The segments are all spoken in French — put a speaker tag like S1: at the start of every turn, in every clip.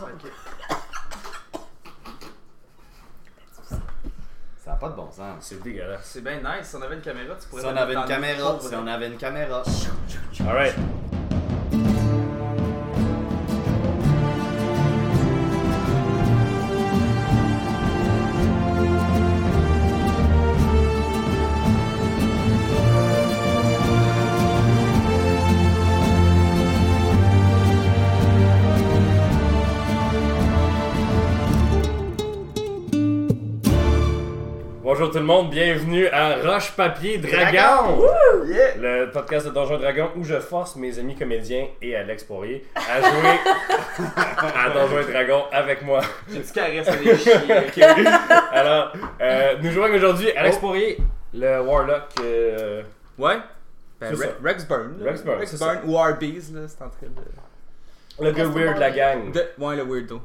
S1: Ok.
S2: Ça n'a pas de bon sens.
S3: C'est dégueulasse.
S1: C'est bien nice. Si on avait une caméra, tu pourrais.
S2: Si on
S1: la
S2: avait
S1: mettre
S2: une
S1: dans le
S2: caméra,
S1: pauvre.
S2: si on avait une caméra. Ah
S3: Alright. Bonjour tout le monde, bienvenue à Roche Papier Dragon!
S1: Yeah!
S3: Le podcast de Donjon Dragon où je force mes amis comédiens et Alex Poirier à jouer à Donjon et Dragon avec moi.
S1: J'ai dit qu'elle reste des chiens.
S3: Ok. Alors, euh, nous jouons aujourd'hui Alex
S1: Oh.
S3: Poirier, le Warlock. euh,
S1: Ouais. Ben,
S3: C'est ça.
S1: Re- Rex Byrne. là.
S3: Rex Byrne, c'est ça.
S1: ou Arby's, là, c'est en train de...
S3: le gars weird de la gang.
S1: de. Ouais, le weirdo.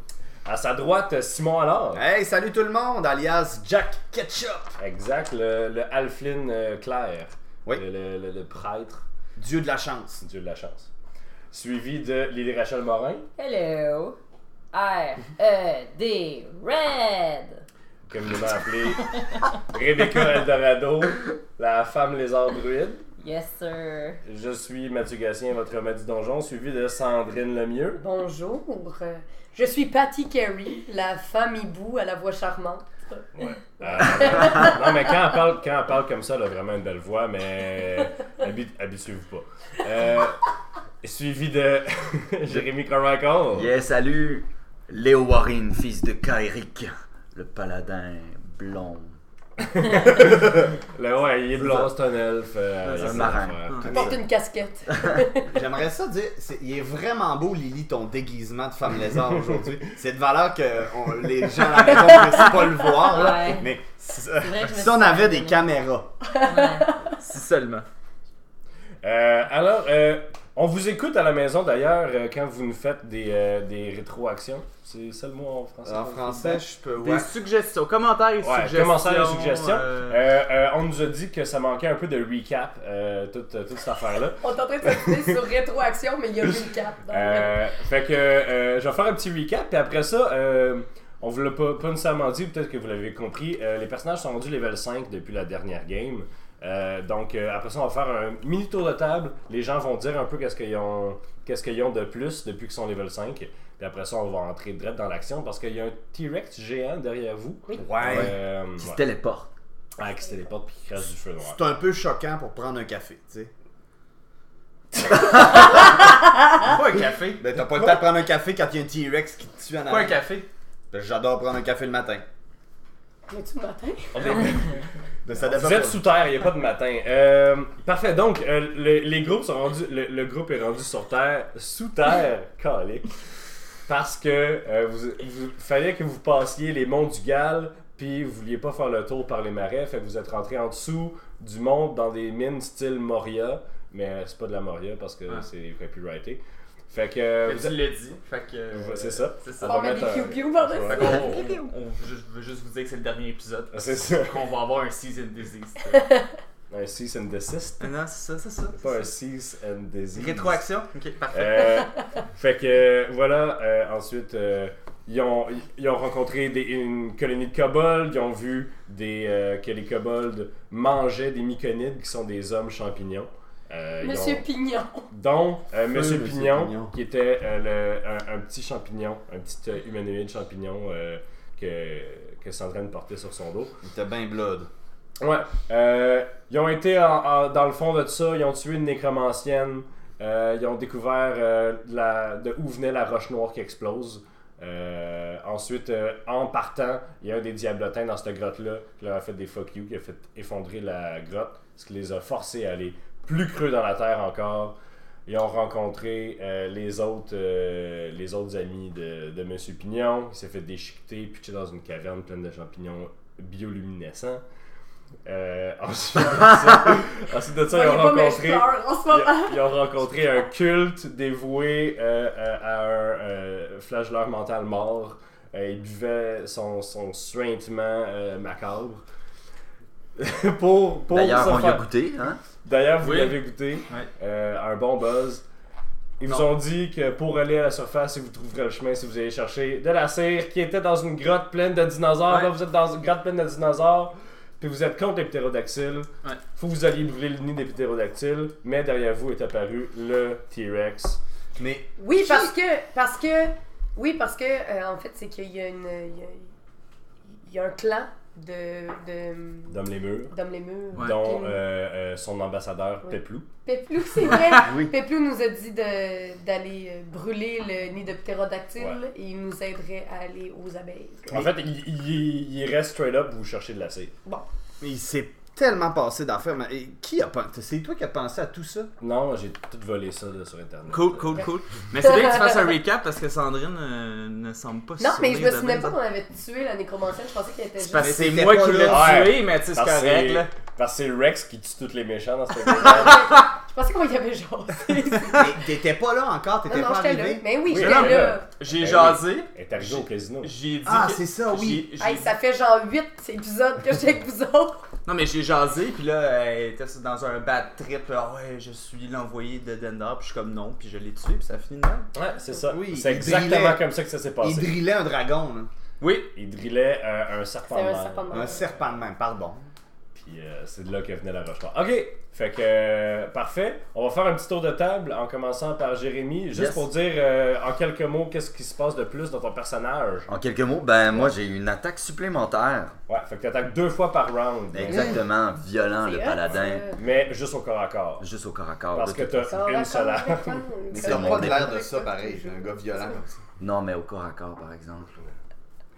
S3: À sa droite, Simon Allard.
S2: Hey, salut tout le monde, alias Jack Ketchup,
S3: Exact, le, le Alflin euh, Clair.
S2: Oui.
S3: Le, le- le- le prêtre,
S2: dieu de la chance.
S3: Dieu de la chance. Suivi de Lily Rachel Morin,
S4: Hello. R E D Red.
S3: communément appelée Rebecca Eldorado, la femme lézard druide.
S4: Yes sir.
S3: Je suis Mathieu Gatien, votre maître du donjon, suivi de Sandrine Lemieux.
S5: Bonjour, je suis Patty Carey, la femme hibou à la voix charmante.
S3: Euh, non, mais quand elle, parle, quand elle parle comme ça, elle a vraiment une belle voix, mais habi- habituez-vous pas. Euh, suivi de Jérémy Carmichael.
S6: Yeah, salut! Léo Warren, fils de Kaerik, le paladin blond.
S3: Le, ouais, il est blond, c'est un elfe. euh,
S6: Ouais,
S3: il
S6: c'est
S3: y a plein
S6: un marin.
S3: d'affaires.
S5: Je porte une casquette.
S2: J'aimerais ça dire, c'est- il est vraiment beau, Lily, ton déguisement de femme lézard aujourd'hui. C'est de valeur que on- les gens à la maison ne puissent pas le voir, là.
S4: Ouais.
S2: Mais si,
S4: vrai que je me
S2: si
S4: suis
S2: on avait des
S4: abandonnée.
S2: caméras.
S1: Si seulement.
S3: Euh, alors, euh, on vous écoute à la maison d'ailleurs euh, quand vous nous faites des, euh, des rétroactions. C'est ça le mot en français?
S2: En français, je peux.
S1: Des
S2: Ouais.
S1: suggestions. Commentaires et
S3: Ouais,
S1: suggestions.
S3: commençons les suggestions.
S1: euh,
S3: Euh, euh, on nous a dit que ça manquait un peu de recap, euh, toute, toute cette affaire-là.
S5: On est en train de s'activer sur rétroaction, mais il y a une cape. dans le-
S3: Euh, fait que euh, je vais faire un petit recap, puis après ça, euh, on vous l'a pas, pas nécessairement dit, peut-être que vous l'avez compris, euh, les personnages sont rendus level 5 depuis la dernière game. Euh, donc euh, après ça, on va faire un mini tour de table. Les gens vont dire un peu qu'est-ce qu'ils ont, qu'est-ce qu'ils ont de plus depuis qu'ils sont level 5. Puis après ça, on va entrer direct dans l'action parce qu'il y a un T-Rex géant derrière vous.
S2: Ouais.
S3: Euh,
S6: Qui se
S3: ouais.
S6: téléporte.
S3: Ah, qui se téléporte puis qui crache du feu noir.
S2: C'est un peu choquant pour prendre un café, tu sais.
S1: Ah. Pas un café.
S2: Ben, t'as pas le temps de prendre un café quand il y a un T-Rex qui te tue en
S1: Pas un
S2: arrière.
S1: café.
S2: Ben, J'adore prendre un café le matin.
S5: Mais tu matin?
S3: On est-
S2: Ben, ça dépend
S3: Vous êtes
S2: pas.
S3: sous terre, il n'y a pas de matin. Euh, parfait, donc euh, le- les groupes sont rendus, le, le groupe est rendu sur terre, sous terre, calé, parce que euh, vous, vous- fallait que vous passiez les monts du Gal, puis vous vouliez pas faire le tour par les marais, fait que vous êtes rentré en dessous du monde dans des mines style Moria, mais euh, c'est pas de la Moria parce que
S1: Ah.
S3: c'est copyrighté. Fait que euh,
S1: Mais
S3: vous
S1: tu
S3: êtes-
S1: l'as dit. Fait que. euh,
S3: c'est ça.
S1: C'est
S3: On
S1: ça.
S3: va
S5: On met
S3: mettre euh,
S5: des
S3: un-
S5: piou-piou par-dessus.
S1: Fait qu'on- on, on- je veux juste vous dire que c'est le dernier épisode.
S3: Ah, c'est ça.
S1: Qu'on va avoir un season disease.
S3: un cease and desist,
S1: non, c'est ça, c'est ça.
S3: pas un cease and desist.
S1: Rétroaction. Ok, parfait.
S3: Euh, fait que euh, voilà, euh, ensuite euh, ils, ont, ils ont rencontré des- une colonie de kobolds, ils ont vu des, euh, que les kobolds mangeaient des myconides qui sont des hommes champignons. Euh, ils
S5: Monsieur
S3: ont-
S5: Pignon.
S3: dont euh, Monsieur
S2: Monsieur
S3: Pignon,
S2: Pignon.
S3: qui était euh, le- un, un petit champignon, un petit euh, humanoïde champignon euh, que, que Sandrine portait sur son dos.
S2: Il était bien blood.
S3: Ouais. Euh, ils ont été en- en- dans le fond de ça, ils ont tué une nécromancienne. Euh, ils ont découvert euh, la- de où venait la roche noire qui explose. Euh, ensuite, euh, en partant, il y a un des diablotins dans cette grotte-là qui leur a fait des fuck you, qui a fait effondrer la grotte, ce qui les a forcés à aller plus creux dans la terre encore. Ils ont rencontré euh, les, autres, euh, les autres amis de, de Monsieur Pignon. Il s'est fait déchiqueter, pitché dans une caverne pleine de champignons bioluminescents. Euh, ensuite, de ça, ensuite de ça, ils
S5: Voyez
S3: ont
S5: pas, mais je
S3: rencontré.
S5: pleure en ce
S3: Ils
S5: moment.
S3: ont- Ils ont rencontré un culte dévoué euh, euh, à un euh, flagelleur mental mort. Euh, il buvait son, son suintement euh, macabre. pour, pour
S6: D'ailleurs,
S3: se
S6: on y a
S3: faire-
S6: goûté, hein?
S3: D'ailleurs, vous
S1: Oui.
S3: l'avez goûté.
S1: Ouais.
S3: Euh, un bon buzz. Ils vous
S1: Non.
S3: ont dit que pour aller à la surface, vous trouverez le chemin si vous allez chercher de la cire qui était dans une grotte pleine de dinosaures.
S1: Ouais.
S3: Là, vous êtes dans une grotte pleine de dinosaures. Puis vous êtes contre les ptérodactyles.
S1: Ouais.
S3: Faut que vous alliez brûler le nid des ptérodactyles. Mais derrière vous est apparu le T-Rex.
S2: Mais
S5: Oui, parce que. Parce que. Oui, parce que, euh, en fait, c'est qu'il y a une. Il y a, il y a un clan de. de-
S3: Dame les murs.
S5: d'hommes les murs.
S1: Ouais.
S3: Dont
S5: Puis-
S3: euh, euh, son ambassadeur
S5: Ouais.
S3: Peplou.
S5: Peplou, c'est vrai.
S6: Oui.
S5: Peplou nous a dit de- d'aller euh, brûler le nid de ptérodactyle
S3: Ouais.
S5: et il nous aiderait à aller aux abeilles.
S3: En fait, il, il- il reste straight up, vous cherchez de la cire.
S2: il s'est tellement passé d'affaires. mais- et Qui a pensé C'est toi qui as pensé à tout ça
S3: Non, j'ai tout volé ça là, sur internet.
S1: Cool, cool, cool. Mais c'est bien que tu fasses un recap parce que Sandrine euh, ne semble pas
S5: Non, mais je
S1: sourire
S5: me
S1: de
S5: souvenais
S1: bien.
S5: pas qu'on avait tué la nécromancienne. Je pensais qu'elle était
S1: C'est
S5: juste.
S1: parce que
S2: Mais
S1: c'est
S2: c'était
S1: moi
S2: pas
S1: qui l'ai
S3: là.
S1: tué, mais tu sais, c'est
S3: Parce que
S1: correct, là.
S3: Parce que c'est Rex qui tue tous les méchants dans cette game.
S5: Je pensais qu'on y avait genre.
S2: Mais T'étais pas là encore,
S5: Non,
S2: t'étais
S5: non,
S2: pas
S5: j'étais là.
S2: arrivé.
S5: Mais oui,
S3: Oui,
S5: j'étais
S1: non, mais
S5: là.
S1: J'ai
S3: oui.
S1: jasé,
S3: Elle est arrivée au casino.
S1: j'ai dit.
S2: Ah,
S1: que-
S2: c'est ça, oui.
S1: j'ai- j'ai-
S5: Hey, ça fait genre 8 épisodes que j'ai avec vous autres.
S1: Non, mais j'ai jasé, puis là, elle était dans un bad trip. Ah ouais, je suis l'envoyé de Dender, puis je suis comme non, puis je l'ai tué, puis ça finit de même.
S3: Ouais, c'est ça.
S2: Oui,
S3: c'est
S2: il
S3: exactement
S2: drillait.
S3: comme ça que ça s'est
S2: Il
S3: passé.
S2: drillait un dragon, là.
S1: Oui,
S3: Il drillait euh, un serpent
S5: C'est
S3: de
S5: un
S3: mer.
S5: serpent de
S2: un
S5: mer.
S2: serpent de même, pardon.
S3: Puis euh, c'est de là que venait la roche noire. Ok, fait que euh, parfait. On va faire un petit tour de table en commençant par Jérémy, juste
S1: Yes.
S3: pour dire euh, en quelques mots qu'est-ce qui se passe de plus dans ton personnage.
S6: En quelques mots, ben moi j'ai eu une attaque supplémentaire.
S3: Ouais, fait que t'attaques deux fois par round.
S6: Exactement, violent le
S5: C'est hot,
S6: paladin.
S5: ça.
S3: Mais juste au corps à corps.
S6: Juste au corps à corps.
S3: Parce
S6: de
S3: que
S6: toute
S5: Ça va
S3: t'as une
S5: encore,
S3: seule arme.
S5: ça va encore.
S6: Mais
S5: Ça
S2: Il a
S5: va
S2: pas
S5: encore.
S2: l'air de ça pareil, j'ai un gars violent comme ça.
S6: Non, mais au corps à corps, par exemple.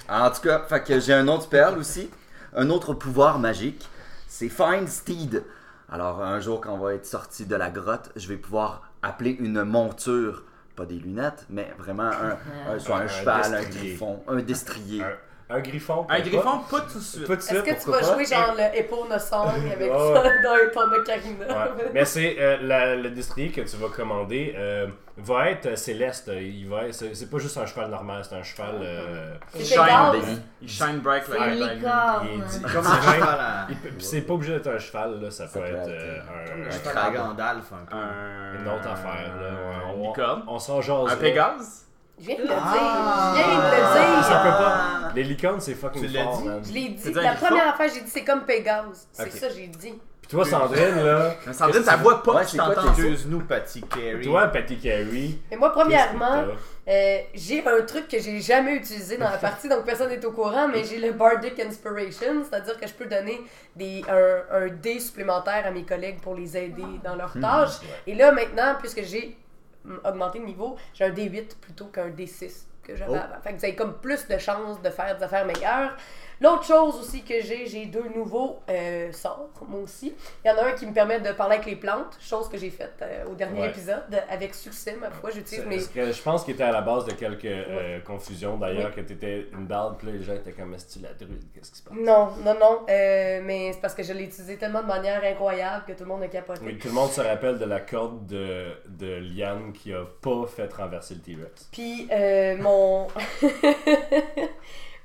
S6: En tout cas, fait que j'ai un autre perle aussi. Un autre pouvoir magique, c'est Find Steed. Alors, un jour, quand on va être sorti de la grotte, je vais pouvoir appeler une monture, pas des lunettes, mais vraiment un, un- soit un,
S3: Un
S6: cheval, un
S3: destrier.
S6: griffon, un destrier.
S3: Un- Un griffon.
S1: un
S3: pourquoi pas?
S1: griffon, pas tout de suite.
S3: Pas de suite,
S5: Est-ce que tu
S3: pourquoi
S5: vas
S3: pas?
S5: jouer genre le Eponocent avec
S3: Ouais.
S5: ça dans ton ocarina?
S3: Ouais. Mais c'est euh, la- le destrier que tu vas commander euh, va être euh, céleste. Il va être- c'est, c'est pas juste un cheval normal, c'est un cheval. euh,
S5: C'est
S1: Shine,
S5: hein. égal.
S6: baby.
S1: Il shine bright like
S4: C'est
S1: a
S3: il
S1: diamond.
S3: est
S4: licorne.
S3: dit-
S2: Comme
S3: c'est
S2: un
S3: vrai.
S2: cheval à-
S3: Il peut- puis c'est pas obligé d'être un cheval, là, ça, peut
S6: peut
S3: être,
S6: être,
S3: euh,
S2: Un
S3: un-
S2: cheval à
S6: crabe.
S2: Gandalf, un peu.
S1: Un...
S3: une autre affaire. Là.
S1: Un
S3: On-
S1: licorne.
S3: On, s'en jase.
S1: Un
S3: là.
S1: pégase.
S5: Je viens de le dire.
S2: Ah.
S5: Je viens de le dire.
S3: Ça peut pas. Les licornes, c'est fucking
S1: Tu l'as
S3: fort,
S1: dit.
S3: man.
S5: Je l'ai
S1: C'est
S5: dit.
S1: un
S5: La
S1: griffon?
S5: première affaire, j'ai dit c'est comme Pégase. C'est
S3: Ok.
S5: ça, j'ai dit.
S3: Puis toi, Sandrine, là,
S1: Mais Sandrine,
S3: Qu'est-ce
S1: ta
S3: que-
S1: voix pop,
S6: Ouais,
S1: je
S6: c'est quoi
S1: t'entends.
S6: tes-
S2: Excuse-nous, petit Carrie.
S3: Ah, toi, Patty Carey.
S5: Mais moi, premièrement,
S3: qu'est-ce que
S5: euh, j'ai un truc que j'ai jamais utilisé dans la partie, donc personne n'est au courant, mais j'ai le Bardic Inspiration, c'est-à-dire que je peux donner des, un, un dé supplémentaire à mes collègues pour les aider
S3: Ah.
S5: dans leur
S3: Hmm,
S5: tâche. Et là, maintenant, puisque j'ai mm, augmenté le niveau, j'ai un D8 plutôt qu'un D6 que j'avais
S2: Oh.
S5: avant. Fait que vous avez comme plus de chances de faire des affaires meilleures. L'autre chose aussi que j'ai, j'ai deux nouveaux euh, sorts, moi aussi. Il y en a un qui me permet de parler avec les plantes, chose que j'ai faite euh, au dernier
S3: Ouais.
S5: épisode, avec succès, ma foi, j'utilise
S3: C'est-
S5: mes...
S3: parce que je pense qu'il était à la base de quelques euh, confusions d'ailleurs, que t'étais une barde, puis là, les gens étaient comme, est-ce que tu la druide, qu'est-ce qui se passe?
S5: Non, non, non, euh, mais c'est parce que je l'ai utilisé tellement de manière incroyable que tout le monde a capoté.
S3: Oui, tout le monde se rappelle de la corde de, de Liane qui a pas fait renverser le T-Rex.
S5: Puis euh, mon.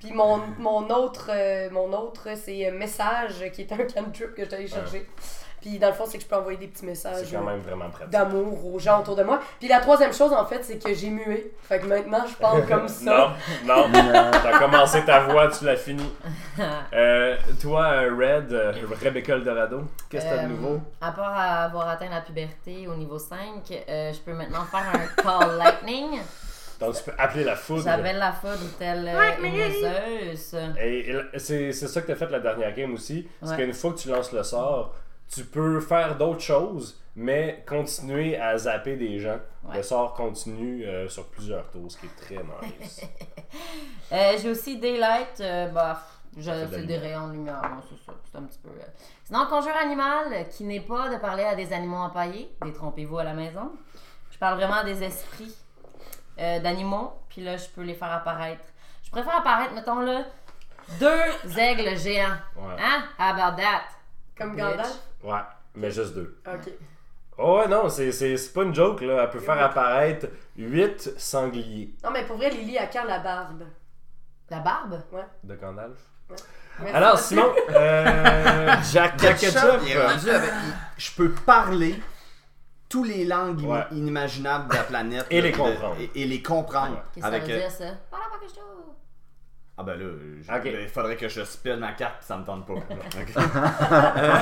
S5: Puis mon, mon autre, euh, mon autre c'est euh, Message, qui est un cantrip que je suis allée chercher. Puis dans le fond, c'est que je peux envoyer des petits
S3: Ah.
S4: Ah,
S3: C'est
S5: messages euh,
S3: quand même vraiment pratique.
S5: d'amour aux gens autour de moi. Puis la troisième chose, en fait, c'est que j'ai mué. Fait que maintenant, je parle comme ça.
S3: Non, non, t'as commencé ta voix, tu l'as fini. Euh, toi, euh, Red, euh, Rebecca Eldorado, qu'est-ce que t'as de
S4: Euh,
S3: nouveau?
S4: À part avoir atteint la puberté au niveau 5, euh, je peux maintenant faire un call lightning.
S3: Donc tu peux appeler la foudre.
S4: J'appelle la foudre telle euh, une oiseuse.
S3: Et et la- c'est c'est ça que t'as fait la dernière game aussi. C'est
S4: Ouais.
S3: qu'une fois que tu lances le sort, tu peux faire d'autres choses, mais continuer à zapper des gens. Le
S4: Ouais.
S3: sort continue euh, sur plusieurs tours, ce qui est très nice.
S4: Euh, J'ai aussi Daylight. euh, bah, pff, je-
S3: Ça fait de la
S4: c'est des
S3: lumière.
S4: rayons de lumière. bon, c'est ça. C'est un petit peu. euh. Sinon, conjure animal, euh, qui n'est pas de parler à des animaux empaillés. Détrompez-vous à la maison. Je parle vraiment à des esprits euh, d'animaux. Puis là, je peux les faire apparaître. Je préfère apparaître, mettons là, deux aigles géants.
S3: Ouais.
S4: Hein? How about that?
S5: Comme
S4: Bitch.
S5: Gandalf.
S3: Ouais, mais juste deux.
S5: Ok.
S3: Oh ouais, non, c'est- c'est c'est pas une joke, là. Elle peut faire apparaître 8 sangliers
S5: Non, mais pour vrai, Lily a quand la barbe.
S4: La barbe?
S3: de Gandalf.
S5: Merci.
S3: Alors, Simon, euh, Jack, Jack
S2: Ketchup,
S3: Ketchup, euh,
S2: il est rendu avec- Je peux parler tous les langues im-
S3: Ouais.
S2: inimaginables de la planète.
S3: Et
S2: là,
S3: les
S2: de-
S3: comprendre.
S2: et, et les comprendre.
S4: Qu'est-ce que
S2: Avec,
S4: ça veut
S2: euh,
S4: dire, ça? Voilà, pas que je trouve.
S2: Ah ben là, je-
S3: Ok.
S2: ben, il faudrait que je spille ma carte, puis ça me tente pas. Euh,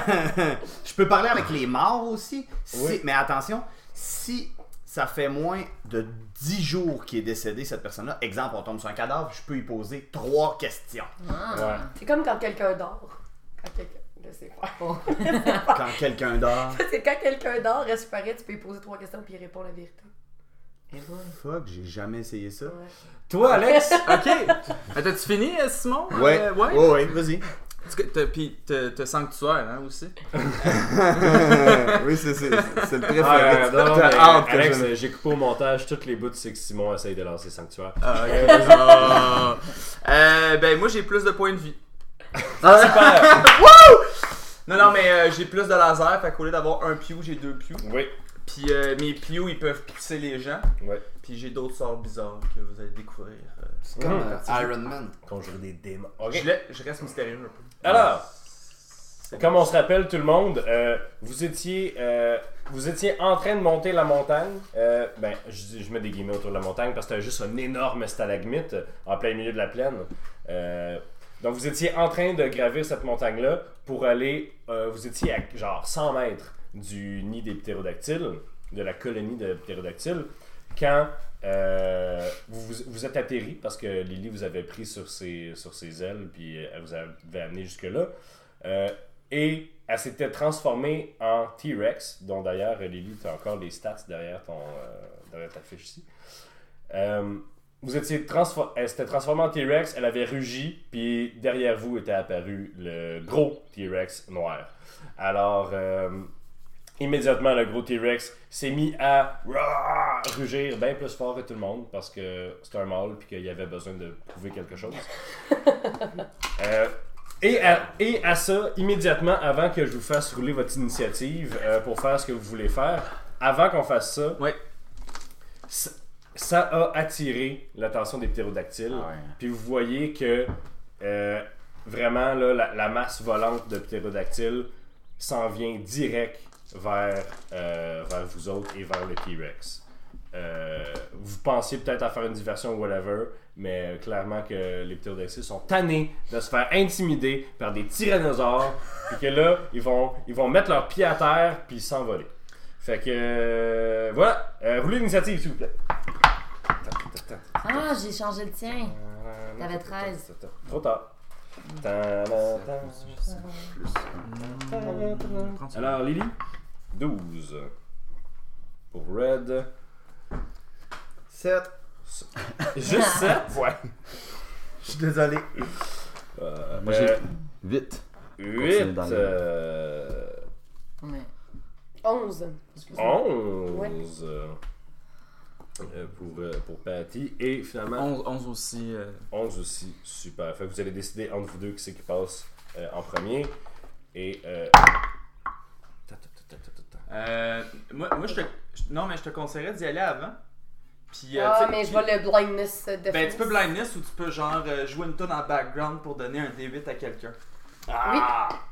S2: je peux parler avec les morts aussi, si-
S3: Oui.
S2: mais attention, si ça fait moins de 10 jours qu'il est décédé, cette personne-là, exemple, on tombe sur un cadavre, je peux y poser trois questions.
S3: euh, Ouais.
S5: C'est comme quand quelqu'un dort. Quand quelqu'un. Je sais pas.
S2: Quand quelqu'un dort,
S5: C'est quand quelqu'un dort, reste pareil, tu peux lui poser trois questions puis il répond la vérité.
S4: Et voilà.
S2: fuck, j'ai jamais essayé ça.
S1: Toi, Alex, ok. Ah, T'as-tu fini, euh, Simon?
S2: Ouais,
S1: Euh,
S2: ouais,
S1: ouais.
S2: ouais, vas-y.
S1: Est-ce que t'as- Puis t'as t'as sanctuaire, hein, aussi?
S2: oui, c'est c'est- c'est le préféré.
S3: Ah, non, non, mais
S2: T'as hâte que
S3: Alex,
S2: je-
S3: euh, j'ai coupé au montage toutes les bouts de c'est que Simon essaye de lancer Sanctuaire.
S1: Ah, ok, vas-y. Euh, ben, moi, j'ai plus de points de vie.
S5: Ah
S1: Non, non, mais euh, j'ai plus de laser, fait qu'au lieu d'avoir un piou, j'ai deux pious.
S3: Oui.
S1: Puis euh, mes pious, ils peuvent pousser les gens.
S3: Ouais.
S1: Puis j'ai d'autres sorts bizarres que vous allez découvrir. euh.
S2: C'est comme
S3: Mhm.
S2: euh, Iron Man.
S3: Conjurer des démons. Ok.
S1: Je, l'ai- je reste mystérieux un peu.
S3: Alors, comme on se rappelle tout le monde, euh, vous étiez euh, vous étiez en train de monter la montagne. Euh, ben, je, dis- je mets des guillemets autour de la montagne parce que c'était juste un énorme stalagmite euh, en plein milieu de la plaine. Euh, donc vous étiez en train de gravir cette montagne-là pour aller, euh, vous étiez à genre 100 mètres du nid des ptérodactyles, de la colonie de ptérodactyles, quand euh, vous, vous- vous êtes atterri parce que Lily vous avait pris sur ses, sur ses ailes puis euh, elle vous avait amené jusque-là. Euh, et elle s'était transformée en T-Rex, dont d'ailleurs, euh, Lily, tu as encore les stats derrière, ton, euh, derrière ta fiche ici. Euh, vous étiez transfor- elle s'était transformée en T-Rex, elle avait rugi, puis derrière vous était apparu le gros T-Rex noir. Alors, euh, immédiatement, le gros T-Rex s'est mis à roar, rugir bien plus fort que tout le monde parce que c'était un mâle puis qu'il y avait besoin de prouver quelque chose. Euh, et à, et à ça, immédiatement, avant que je vous fasse rouler votre initiative euh, pour faire ce que vous voulez faire, avant qu'on fasse ça,
S1: Ouais.
S3: ça, ça a attiré l'attention des ptérodactyles.
S6: Ah ouais.
S3: Puis vous voyez que euh, vraiment, là, la, la masse volante de ptérodactyles s'en vient direct vers, euh, vers vous autres et vers le T-Rex. Euh, vous pensiez peut-être à faire une diversion ou whatever, mais euh, clairement que les ptérodactyles sont tannés de se faire intimider par des tyrannosaures, puis que là, ils vont, ils vont mettre leurs pieds à terre puis s'envoler. Fait que euh, voilà, Euh, roulez l'initiative s'il vous plaît.
S4: Ah, j'ai changé le tien. T'avais 13.
S3: Trop tard. Alors Lily, 12 pour Red.
S2: 7.
S3: Juste 7 Ouais.
S2: Je suis désolé.
S3: Euh,
S6: Euh, Moi, j'ai 8.
S3: 8
S6: dans le-
S3: euh,
S4: Mais
S5: 11.
S3: 11 euh, pour, euh, pour Patty et finalement
S1: 11, aussi.
S3: 11 aussi. Super. Fait que vous allez décider entre vous deux qui c'est qui passe euh, en premier. Et. euh, ta, ta, ta, ta, ta, ta, ta.
S1: Euh, moi, moi je te. je- Non, mais je te conseillerais d'y aller avant. Puis, euh, tu
S5: Ah,
S1: sais,
S5: mais je
S1: puis-
S5: vois le blindness de
S1: Ben, tu peux blindness ou tu peux genre euh, jouer une tonne en background pour donner un D8 à quelqu'un.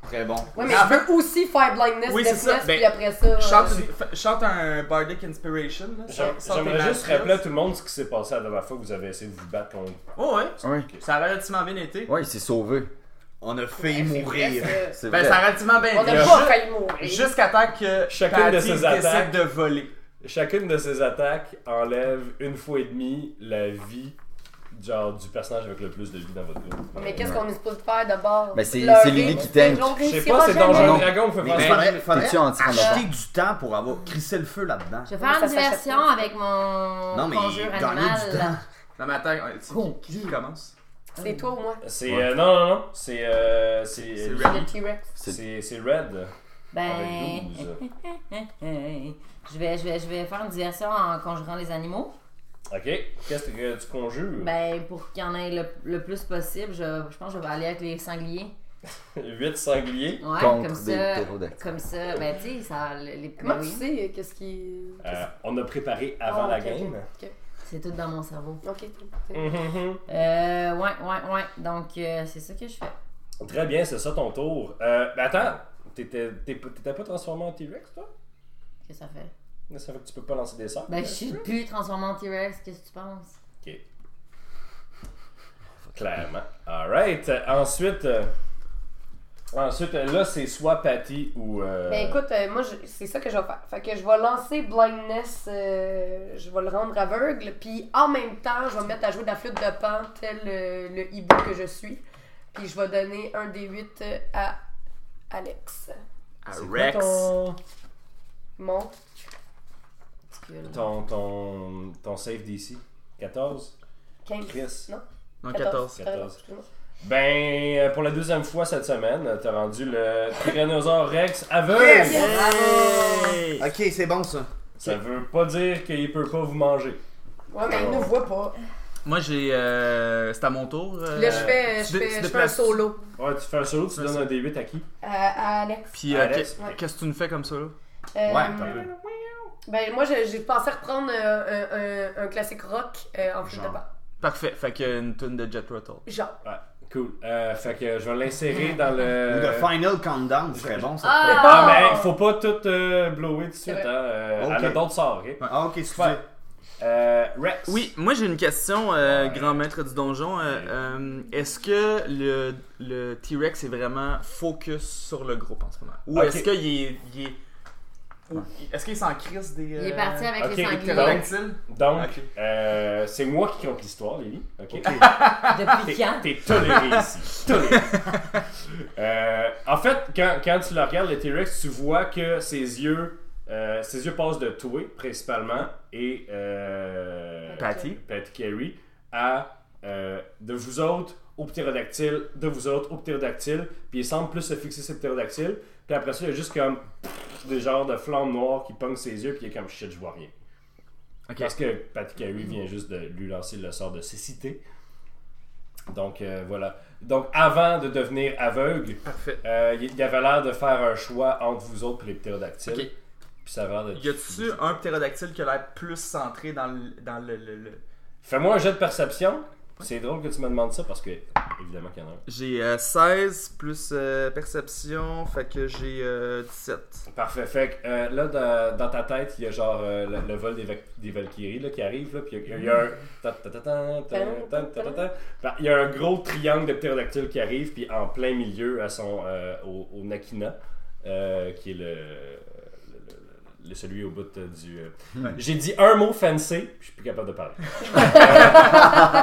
S2: Très bon.
S5: Ouais, mais
S1: Ah,
S5: je veux aussi faire blindness
S1: Oui,
S5: de
S1: c'est ça. Ben,
S5: puis après ça.
S1: Chante,
S5: euh,
S1: une- fa- chante un Bardic Inspiration. là,
S3: J'aim-
S1: sans- sans
S3: J'aimerais
S1: tes
S3: juste
S1: matrices.
S3: rappeler à tout le monde ce qui s'est passé la dernière fois que vous avez essayé de vous battre contre.
S1: Oh, ouais.
S6: Ouais.
S1: Ça a relativement bien été.
S6: Ouais, il s'est sauvé.
S2: On a failli
S5: c'est vrai,
S2: mourir.
S5: c'est-
S6: C'est
S1: Ben,
S6: vrai.
S1: ça a relativement bien
S5: On
S1: été.
S5: n'a pas failli mourir.
S1: Jusqu'à temps que
S3: Chacune de
S1: Patty
S3: ces
S1: décide
S3: attaques-
S1: de voler.
S3: Chacune de ces attaques enlève une fois et demie la vie genre, du personnage avec le plus de vie dans votre groupe.
S5: Mais qu'est-ce qu'on est supposé faire d'abord?
S6: Ben, c'est-
S5: Pleurer,
S6: c'est Lily qui
S5: c'est-
S6: tank.
S5: on
S3: Je sais
S5: réussira
S3: pas, c'est
S5: jamais.
S3: dangereux
S6: Non.
S3: dragon, vous
S2: Mais
S3: faire
S2: il
S3: ça.
S2: faudrait, faudrait
S6: T'es-tu anti-randonneur?
S2: acheter du temps pour avoir crissé le feu là-dedans.
S4: je vais
S5: Mais
S4: faire
S5: ça
S4: une
S5: s'achète
S4: diversion
S5: pas.
S4: avec mon
S2: Non, mais
S4: conjure
S2: gagner
S4: animal.
S2: du temps.
S1: Non, mais attends, euh, c'est
S4: Bon,
S1: qui, qui commence
S5: C'est toi ou moi?
S3: C'est. euh, non, non, non. C'est. euh, c'est.
S1: C'est
S3: euh,
S1: Red.
S5: Le T-Rex.
S6: C'est-
S3: C'est c'est Red. Avec
S4: Ben, euh,
S3: 12.
S4: je vais, je, vais, je vais faire une diversion en conjurant les animaux.
S3: Ok. Qu'est-ce que tu conjures
S4: Ben, pour qu'il y en ait le, le plus possible, je, je pense que je vais aller avec les sangliers.
S3: 8 sangliers.
S4: Ouais,
S6: Contre
S4: comme
S6: des
S4: ça.
S6: ptérodactyles.
S4: Comme ça, ben, tu sais, ça. Les,
S5: Comment
S4: ben
S5: tu
S4: oui,
S5: sais euh, qu'est-ce qui.
S3: Euh, on a préparé avant la
S5: Ah, ok,
S3: game.
S5: Ok.
S4: c'est tout dans mon cerveau.
S5: Ok.
S3: Mhm.
S4: Euh, ouais, ouais, ouais. Donc, euh, c'est ça que je fais.
S3: Très bien, c'est ça ton tour. Euh, ben attends, t'étais t'es- t'étais pas transformé en T-Rex toi
S4: Qu'est-ce que ça fait?
S3: Là, ça fait que tu peux pas lancer des sorts.
S4: Ben, je suis plus transformé en T-Rex, qu'est-ce que tu penses?
S3: Ok. Clairement. Alright. euh, ensuite. euh, Ensuite, euh, là, c'est soit Patty ou. euh,
S5: Ben écoute, euh, moi, je- c'est ça que je vais faire. Fait que je vais lancer Blindness, euh, je vais le rendre aveugle, puis en même temps, je vais me mettre à jouer de la flûte de pan, tel euh, le hibou que je suis. Puis je vais donner un des 8 à Alex.
S3: c'est quoi
S1: Rex.
S3: ton-
S5: Mon.
S4: Ridicule.
S3: Ton, ton, ton save DC 14
S5: 15.
S3: Chris
S5: Non,
S1: Non,
S5: 14.
S1: 14.
S5: Pardon,
S3: 14.
S5: excuse-moi.
S3: Ben, euh, pour la deuxième fois cette semaine, euh, t'as rendu le Tyrannosaure Rex aveugle
S1: Hey!
S2: Ok, c'est bon ça.
S3: Ça veut pas dire qu'il peut pas vous manger.
S5: Ouais, mais il nous voit pas.
S1: Moi, j'ai. euh, c'est à mon tour. euh,
S5: Là, je fais,
S1: tu
S5: je
S1: dé- tu
S5: fais, je fais un
S1: déplaces-
S5: solo euh,
S3: Ouais, tu fais un solo, tu
S1: C'est
S3: donnes
S1: ça.
S3: un D8 à qui
S5: à, à Alex.
S1: Puis, euh,
S3: Alex.
S1: qu'est- qu'est-ce que tu nous fais comme ça, là?
S5: Euh,
S3: Ouais, t'as vu.
S5: ben moi, je- j'ai pensé reprendre euh, un, un, un classique rock euh, en flûte de
S1: Genre.
S5: pan.
S1: Parfait. Fait qu'il y a une tune de Jet Rattle.
S5: Genre.
S3: Cool. Euh, fait que je vais l'insérer dans
S2: Ou
S3: le.
S2: The Final Countdown, c'est bon ça.
S3: Ah, mais
S5: Ah!
S3: faut pas tout euh, blower tout de suite, hein.
S5: C'est vrai.
S3: Euh,
S2: Ok.
S3: Elle a d'autres sorts, ok?
S2: Ah, ok, super.
S3: Super. Euh, Rex.
S1: Oui, moi j'ai une question, euh,
S3: Ouais.
S1: grand maître du donjon. euh,
S3: Ouais.
S1: euh, Est-ce que le, le T-Rex est vraiment focus sur le groupe en ce moment Ou
S3: Ok.
S1: est-ce qu'il est. il est- ou- Est-ce qu'il s'en crisse des.
S4: Il est parti avec
S3: ok,
S4: les
S3: il
S4: sangliers
S3: était dans-
S1: pterodactyles?
S3: Donc,
S1: Ok.
S3: euh, c'est moi qui compte l'histoire, Lily. Ok.
S4: depuis
S3: T'es
S4: quand?
S3: t'es toléré ici. Toléré. Euh, en fait, quand, quand tu le regardes, le T-Rex, tu vois que ses yeux, euh, ses yeux passent de Toué, principalement, et euh,
S1: Patty.
S3: Pat Carey, à euh, de vous autres au ptérodactyle, de vous autres au ptérodactyle, puis il semble plus se fixer ses ptérodactyles, puis après ça, il y a juste comme pff, des genres de flammes noires qui pognent ses yeux, puis il est comme shit, je vois rien.
S1: Ok.
S3: Parce que Pat Carey vient juste de lui lancer le sort de cécité. Donc euh, voilà. Donc avant de devenir aveugle,
S1: Parfait.
S3: euh, il il avait l'air de faire un choix entre vous autres et les ptérodactyles.
S1: Ok.
S3: Puis ça va de.
S1: Y a-tu un ptérodactyle qui a l'air plus centré dans le. Dans le, le- le-
S3: Fais-moi un jet de perception. C'est drôle que tu me demandes ça parce que évidemment qu'il y en a un.
S1: J'ai euh, 16 plus euh, perception, fait que j'ai euh, 17.
S3: Parfait. Fait que euh, là, dans, dans ta tête, il y a genre euh, le, le vol des, Valk- des Valkyries là, qui arrive. Là, puis il y a- il y, a un. ta- ta- ta- ta- ta- ta- ta- ta- ta. Ben, Il y a un gros triangle de ptérodactyles qui arrive, puis en plein milieu, à son, euh, au, au Nakina, euh, qui est le, le- le- le- celui au bout de- du. euh, J'ai dit un mot fancy, puis je suis plus capable de parler. Euh,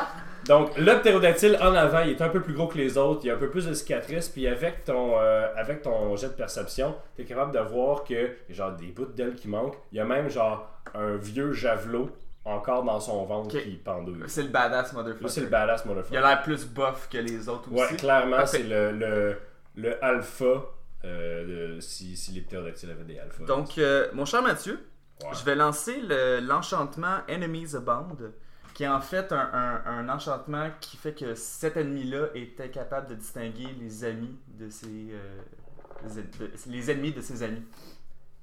S3: Donc, le ptérodactyle en avant, il est un peu plus gros que les autres, il a un peu plus de cicatrices, puis avec ton, euh, avec ton jet de perception, tu es capable de voir que il y a genre des bouts d'ailes qui manquent. Il y a même genre un vieux javelot encore dans son ventre
S1: Ok.
S3: qui pendouille.
S1: C'est le badass
S3: Là, c'est
S1: motherfucker.
S3: le badass, motherfucker.
S1: Il a l'air plus bof que les autres aussi.
S3: Ouais, clairement,
S1: Parfait.
S3: c'est le, le, le alpha, euh, de- si, si les ptérodactyles avaient des alphas.
S1: Donc, euh, mon cher Mathieu,
S3: Ouais.
S1: je vais lancer le- l'enchantement Enemies Abound, qui est en fait un, un- un enchantement qui fait que cet ennemi-là était capable de distinguer les amis de ses. euh, les en- de- les ennemis de ses amis.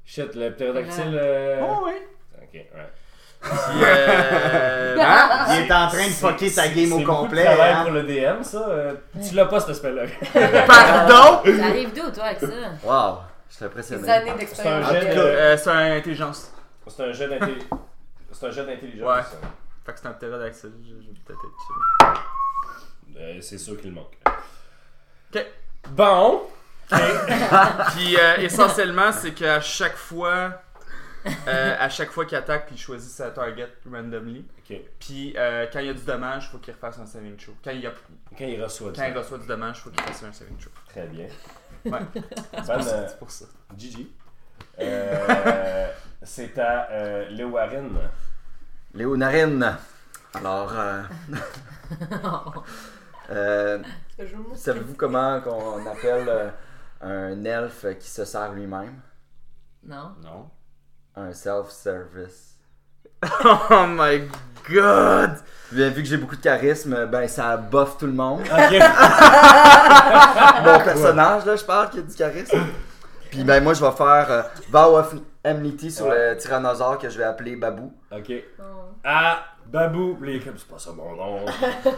S3: Shit, le ptérodactyle... euh,
S1: oui!
S3: Ok, ouais.
S1: Puis, euh,
S2: Hein? Il est en train de
S3: C'est-
S2: fucker sa
S3: c'est-
S2: game au
S3: c'est beaucoup de
S2: complet.
S3: travail
S2: hein.
S3: pour le DM, ça. euh, tu l'as pas, cet aspect-là.
S1: Pardon!
S4: T'arrives d'où, toi, avec ça?
S6: Wow, je suis
S5: Des
S6: impressionné.
S5: années
S3: C'est
S5: d'expérience.
S3: un
S5: de-
S3: jet.
S1: Euh, c'est un intelligence.
S3: C'est un jeu d'intelligence. C'est un jeu d'intelligence.
S1: Ouais.
S3: ça.
S1: Fait que c'est un ptérodactyle. Je, je vais peut-être être chill.
S3: Euh, c'est sûr qu'il manque.
S1: Ok.
S3: Bon.
S1: Puis euh, essentiellement, c'est qu'à chaque fois, euh, à chaque fois qu'il attaque, puis il choisit sa target randomly.
S3: Ok.
S1: Puis euh, quand il y a du dommage, faut qu'il refasse un saving throw. Quand il, y a-
S3: Quand il reçoit du
S1: quand il reçoit du dommage, faut qu'il fasse un saving throw.
S3: Très bien.
S1: Ouais.
S3: Bonne, euh,
S1: C'est pour ça.
S3: Gigi. Euh, c'est à euh, Lewarin.
S6: Léonarine. Alors, euh, euh,
S5: Ce jeu de mots.
S6: savez-vous comment qu'on appelle euh, un elfe qui se sert lui-même?
S4: Non.
S3: Non.
S6: Un self-service.
S1: Oh my god!
S6: Vu vu que j'ai beaucoup de charisme, ben ça boffe tout le monde.
S3: Ok.
S5: Ah.
S6: Mon personnage, là, je parle, qui a du charisme. Puis ben moi, je vais faire euh, Vow of Enmity sur le tyrannosaure que je vais appeler Babou.
S3: Ok.
S4: Oh.
S3: À Babou. Les comme c'est pas ça mon nom. ok,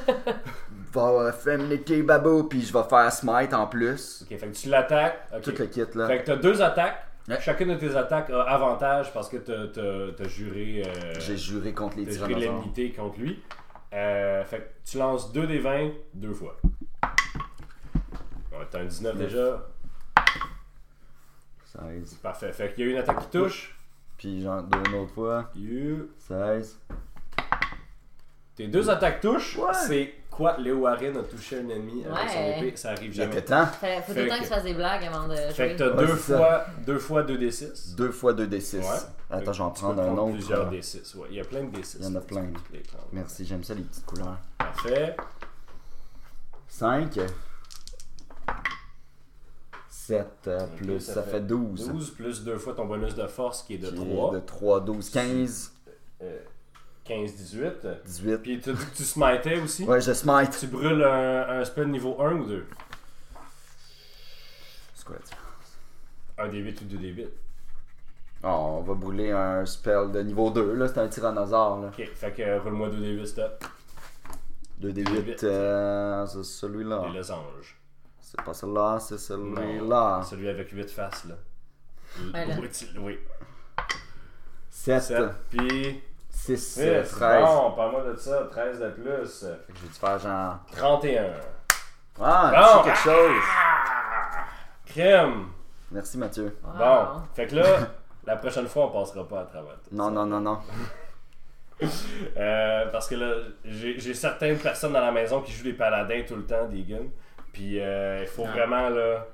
S6: Vow of Enmity, Babou. Puis je vais faire Smite en plus.
S3: fait que tu l'attaques. Ok.
S6: Tout le kit, là.
S3: Fait que t'as deux attaques.
S6: Ah. Ouais.
S3: Chacune de tes attaques a avantage parce que t'as- t'as t'as juré, euh,
S6: J'ai juré contre les
S3: t'as juré
S6: tyrannosaures.
S3: l'ennemité contre lui. Euh, fait que tu lances 2 des 20 deux fois. Bon, t'as un 19 déjà.
S6: 16.
S3: Parfait. Fait qu'il y a une attaque qui touche.
S6: Puis j'en donne une autre fois.
S3: You.
S6: 16.
S3: Tes deux attaques touchent.
S6: Ouais.
S3: C'est quoi Léo Warren a touché un ennemi avec
S4: Ouais.
S3: son épée Ça arrive
S6: Il était
S3: jamais.
S6: temps.
S4: Fait- Faut tout
S3: Fait
S4: le temps
S3: que-
S4: que tu fasses des blagues avant de
S3: Fait que
S4: jouer.
S3: t'as
S6: Ouais,
S3: deux,
S6: c'est ça.
S3: fois, deux fois 2 des 6.
S6: 2 fois 2 D6.
S3: Ouais.
S6: Attends, je vais en
S3: Tu
S6: prendre
S3: peux
S6: un
S3: Plusieurs
S6: autre. euh,
S3: des 6. Ouais. Il y a plein de des 6.
S6: Il y en a plein. Merci, j'aime ça les petites couleurs.
S3: Parfait.
S6: 5. 7 euh, plus, ça, fait 12.
S3: 12 plus deux fois ton bonus de force qui est de
S6: Qui est
S3: 3.
S6: De 3, 12, 15,
S3: 15-18.
S6: 18.
S3: Puis tu as dit que tu smitais aussi.
S6: Ouais, je smite.
S3: Tu brûles un, un spell niveau 1 ou 2
S6: C'est quoi la différence?
S3: Un des 8 ou deux des 8.
S6: Ah, on va brûler un spell de niveau 2, là, c'est un tyrannosaure, là.
S3: Ok, fait que euh, roule-moi 2 des 8 stop.
S6: 2d8, euh, c'est celui-là.
S3: Les losanges.
S6: C'est pas celui-là, c'est celui-là.
S3: Celui avec 8 faces là.
S4: Ouais, là.
S3: Oui, tu- oui.
S6: 7,
S3: 7 puis
S6: 6,
S3: 13.
S6: 13.
S3: Non, parle-moi de ça, 13 de plus.
S6: Fait que j'ai dû faire genre...
S3: 31.
S6: Ah,
S3: Bon.
S6: tu sais quelque chose!
S3: Ah! Crème!
S6: Merci, Mathieu.
S4: Wow.
S3: Bon, fait que là, la prochaine fois, on passera pas à travers tout.
S6: Non, non, non, non.
S3: Euh, parce que là, j'ai j'ai certaines personnes dans la maison qui jouent des paladins tout le temps, des guns. Puis euh, il
S6: Ah.
S3: faut vraiment, là.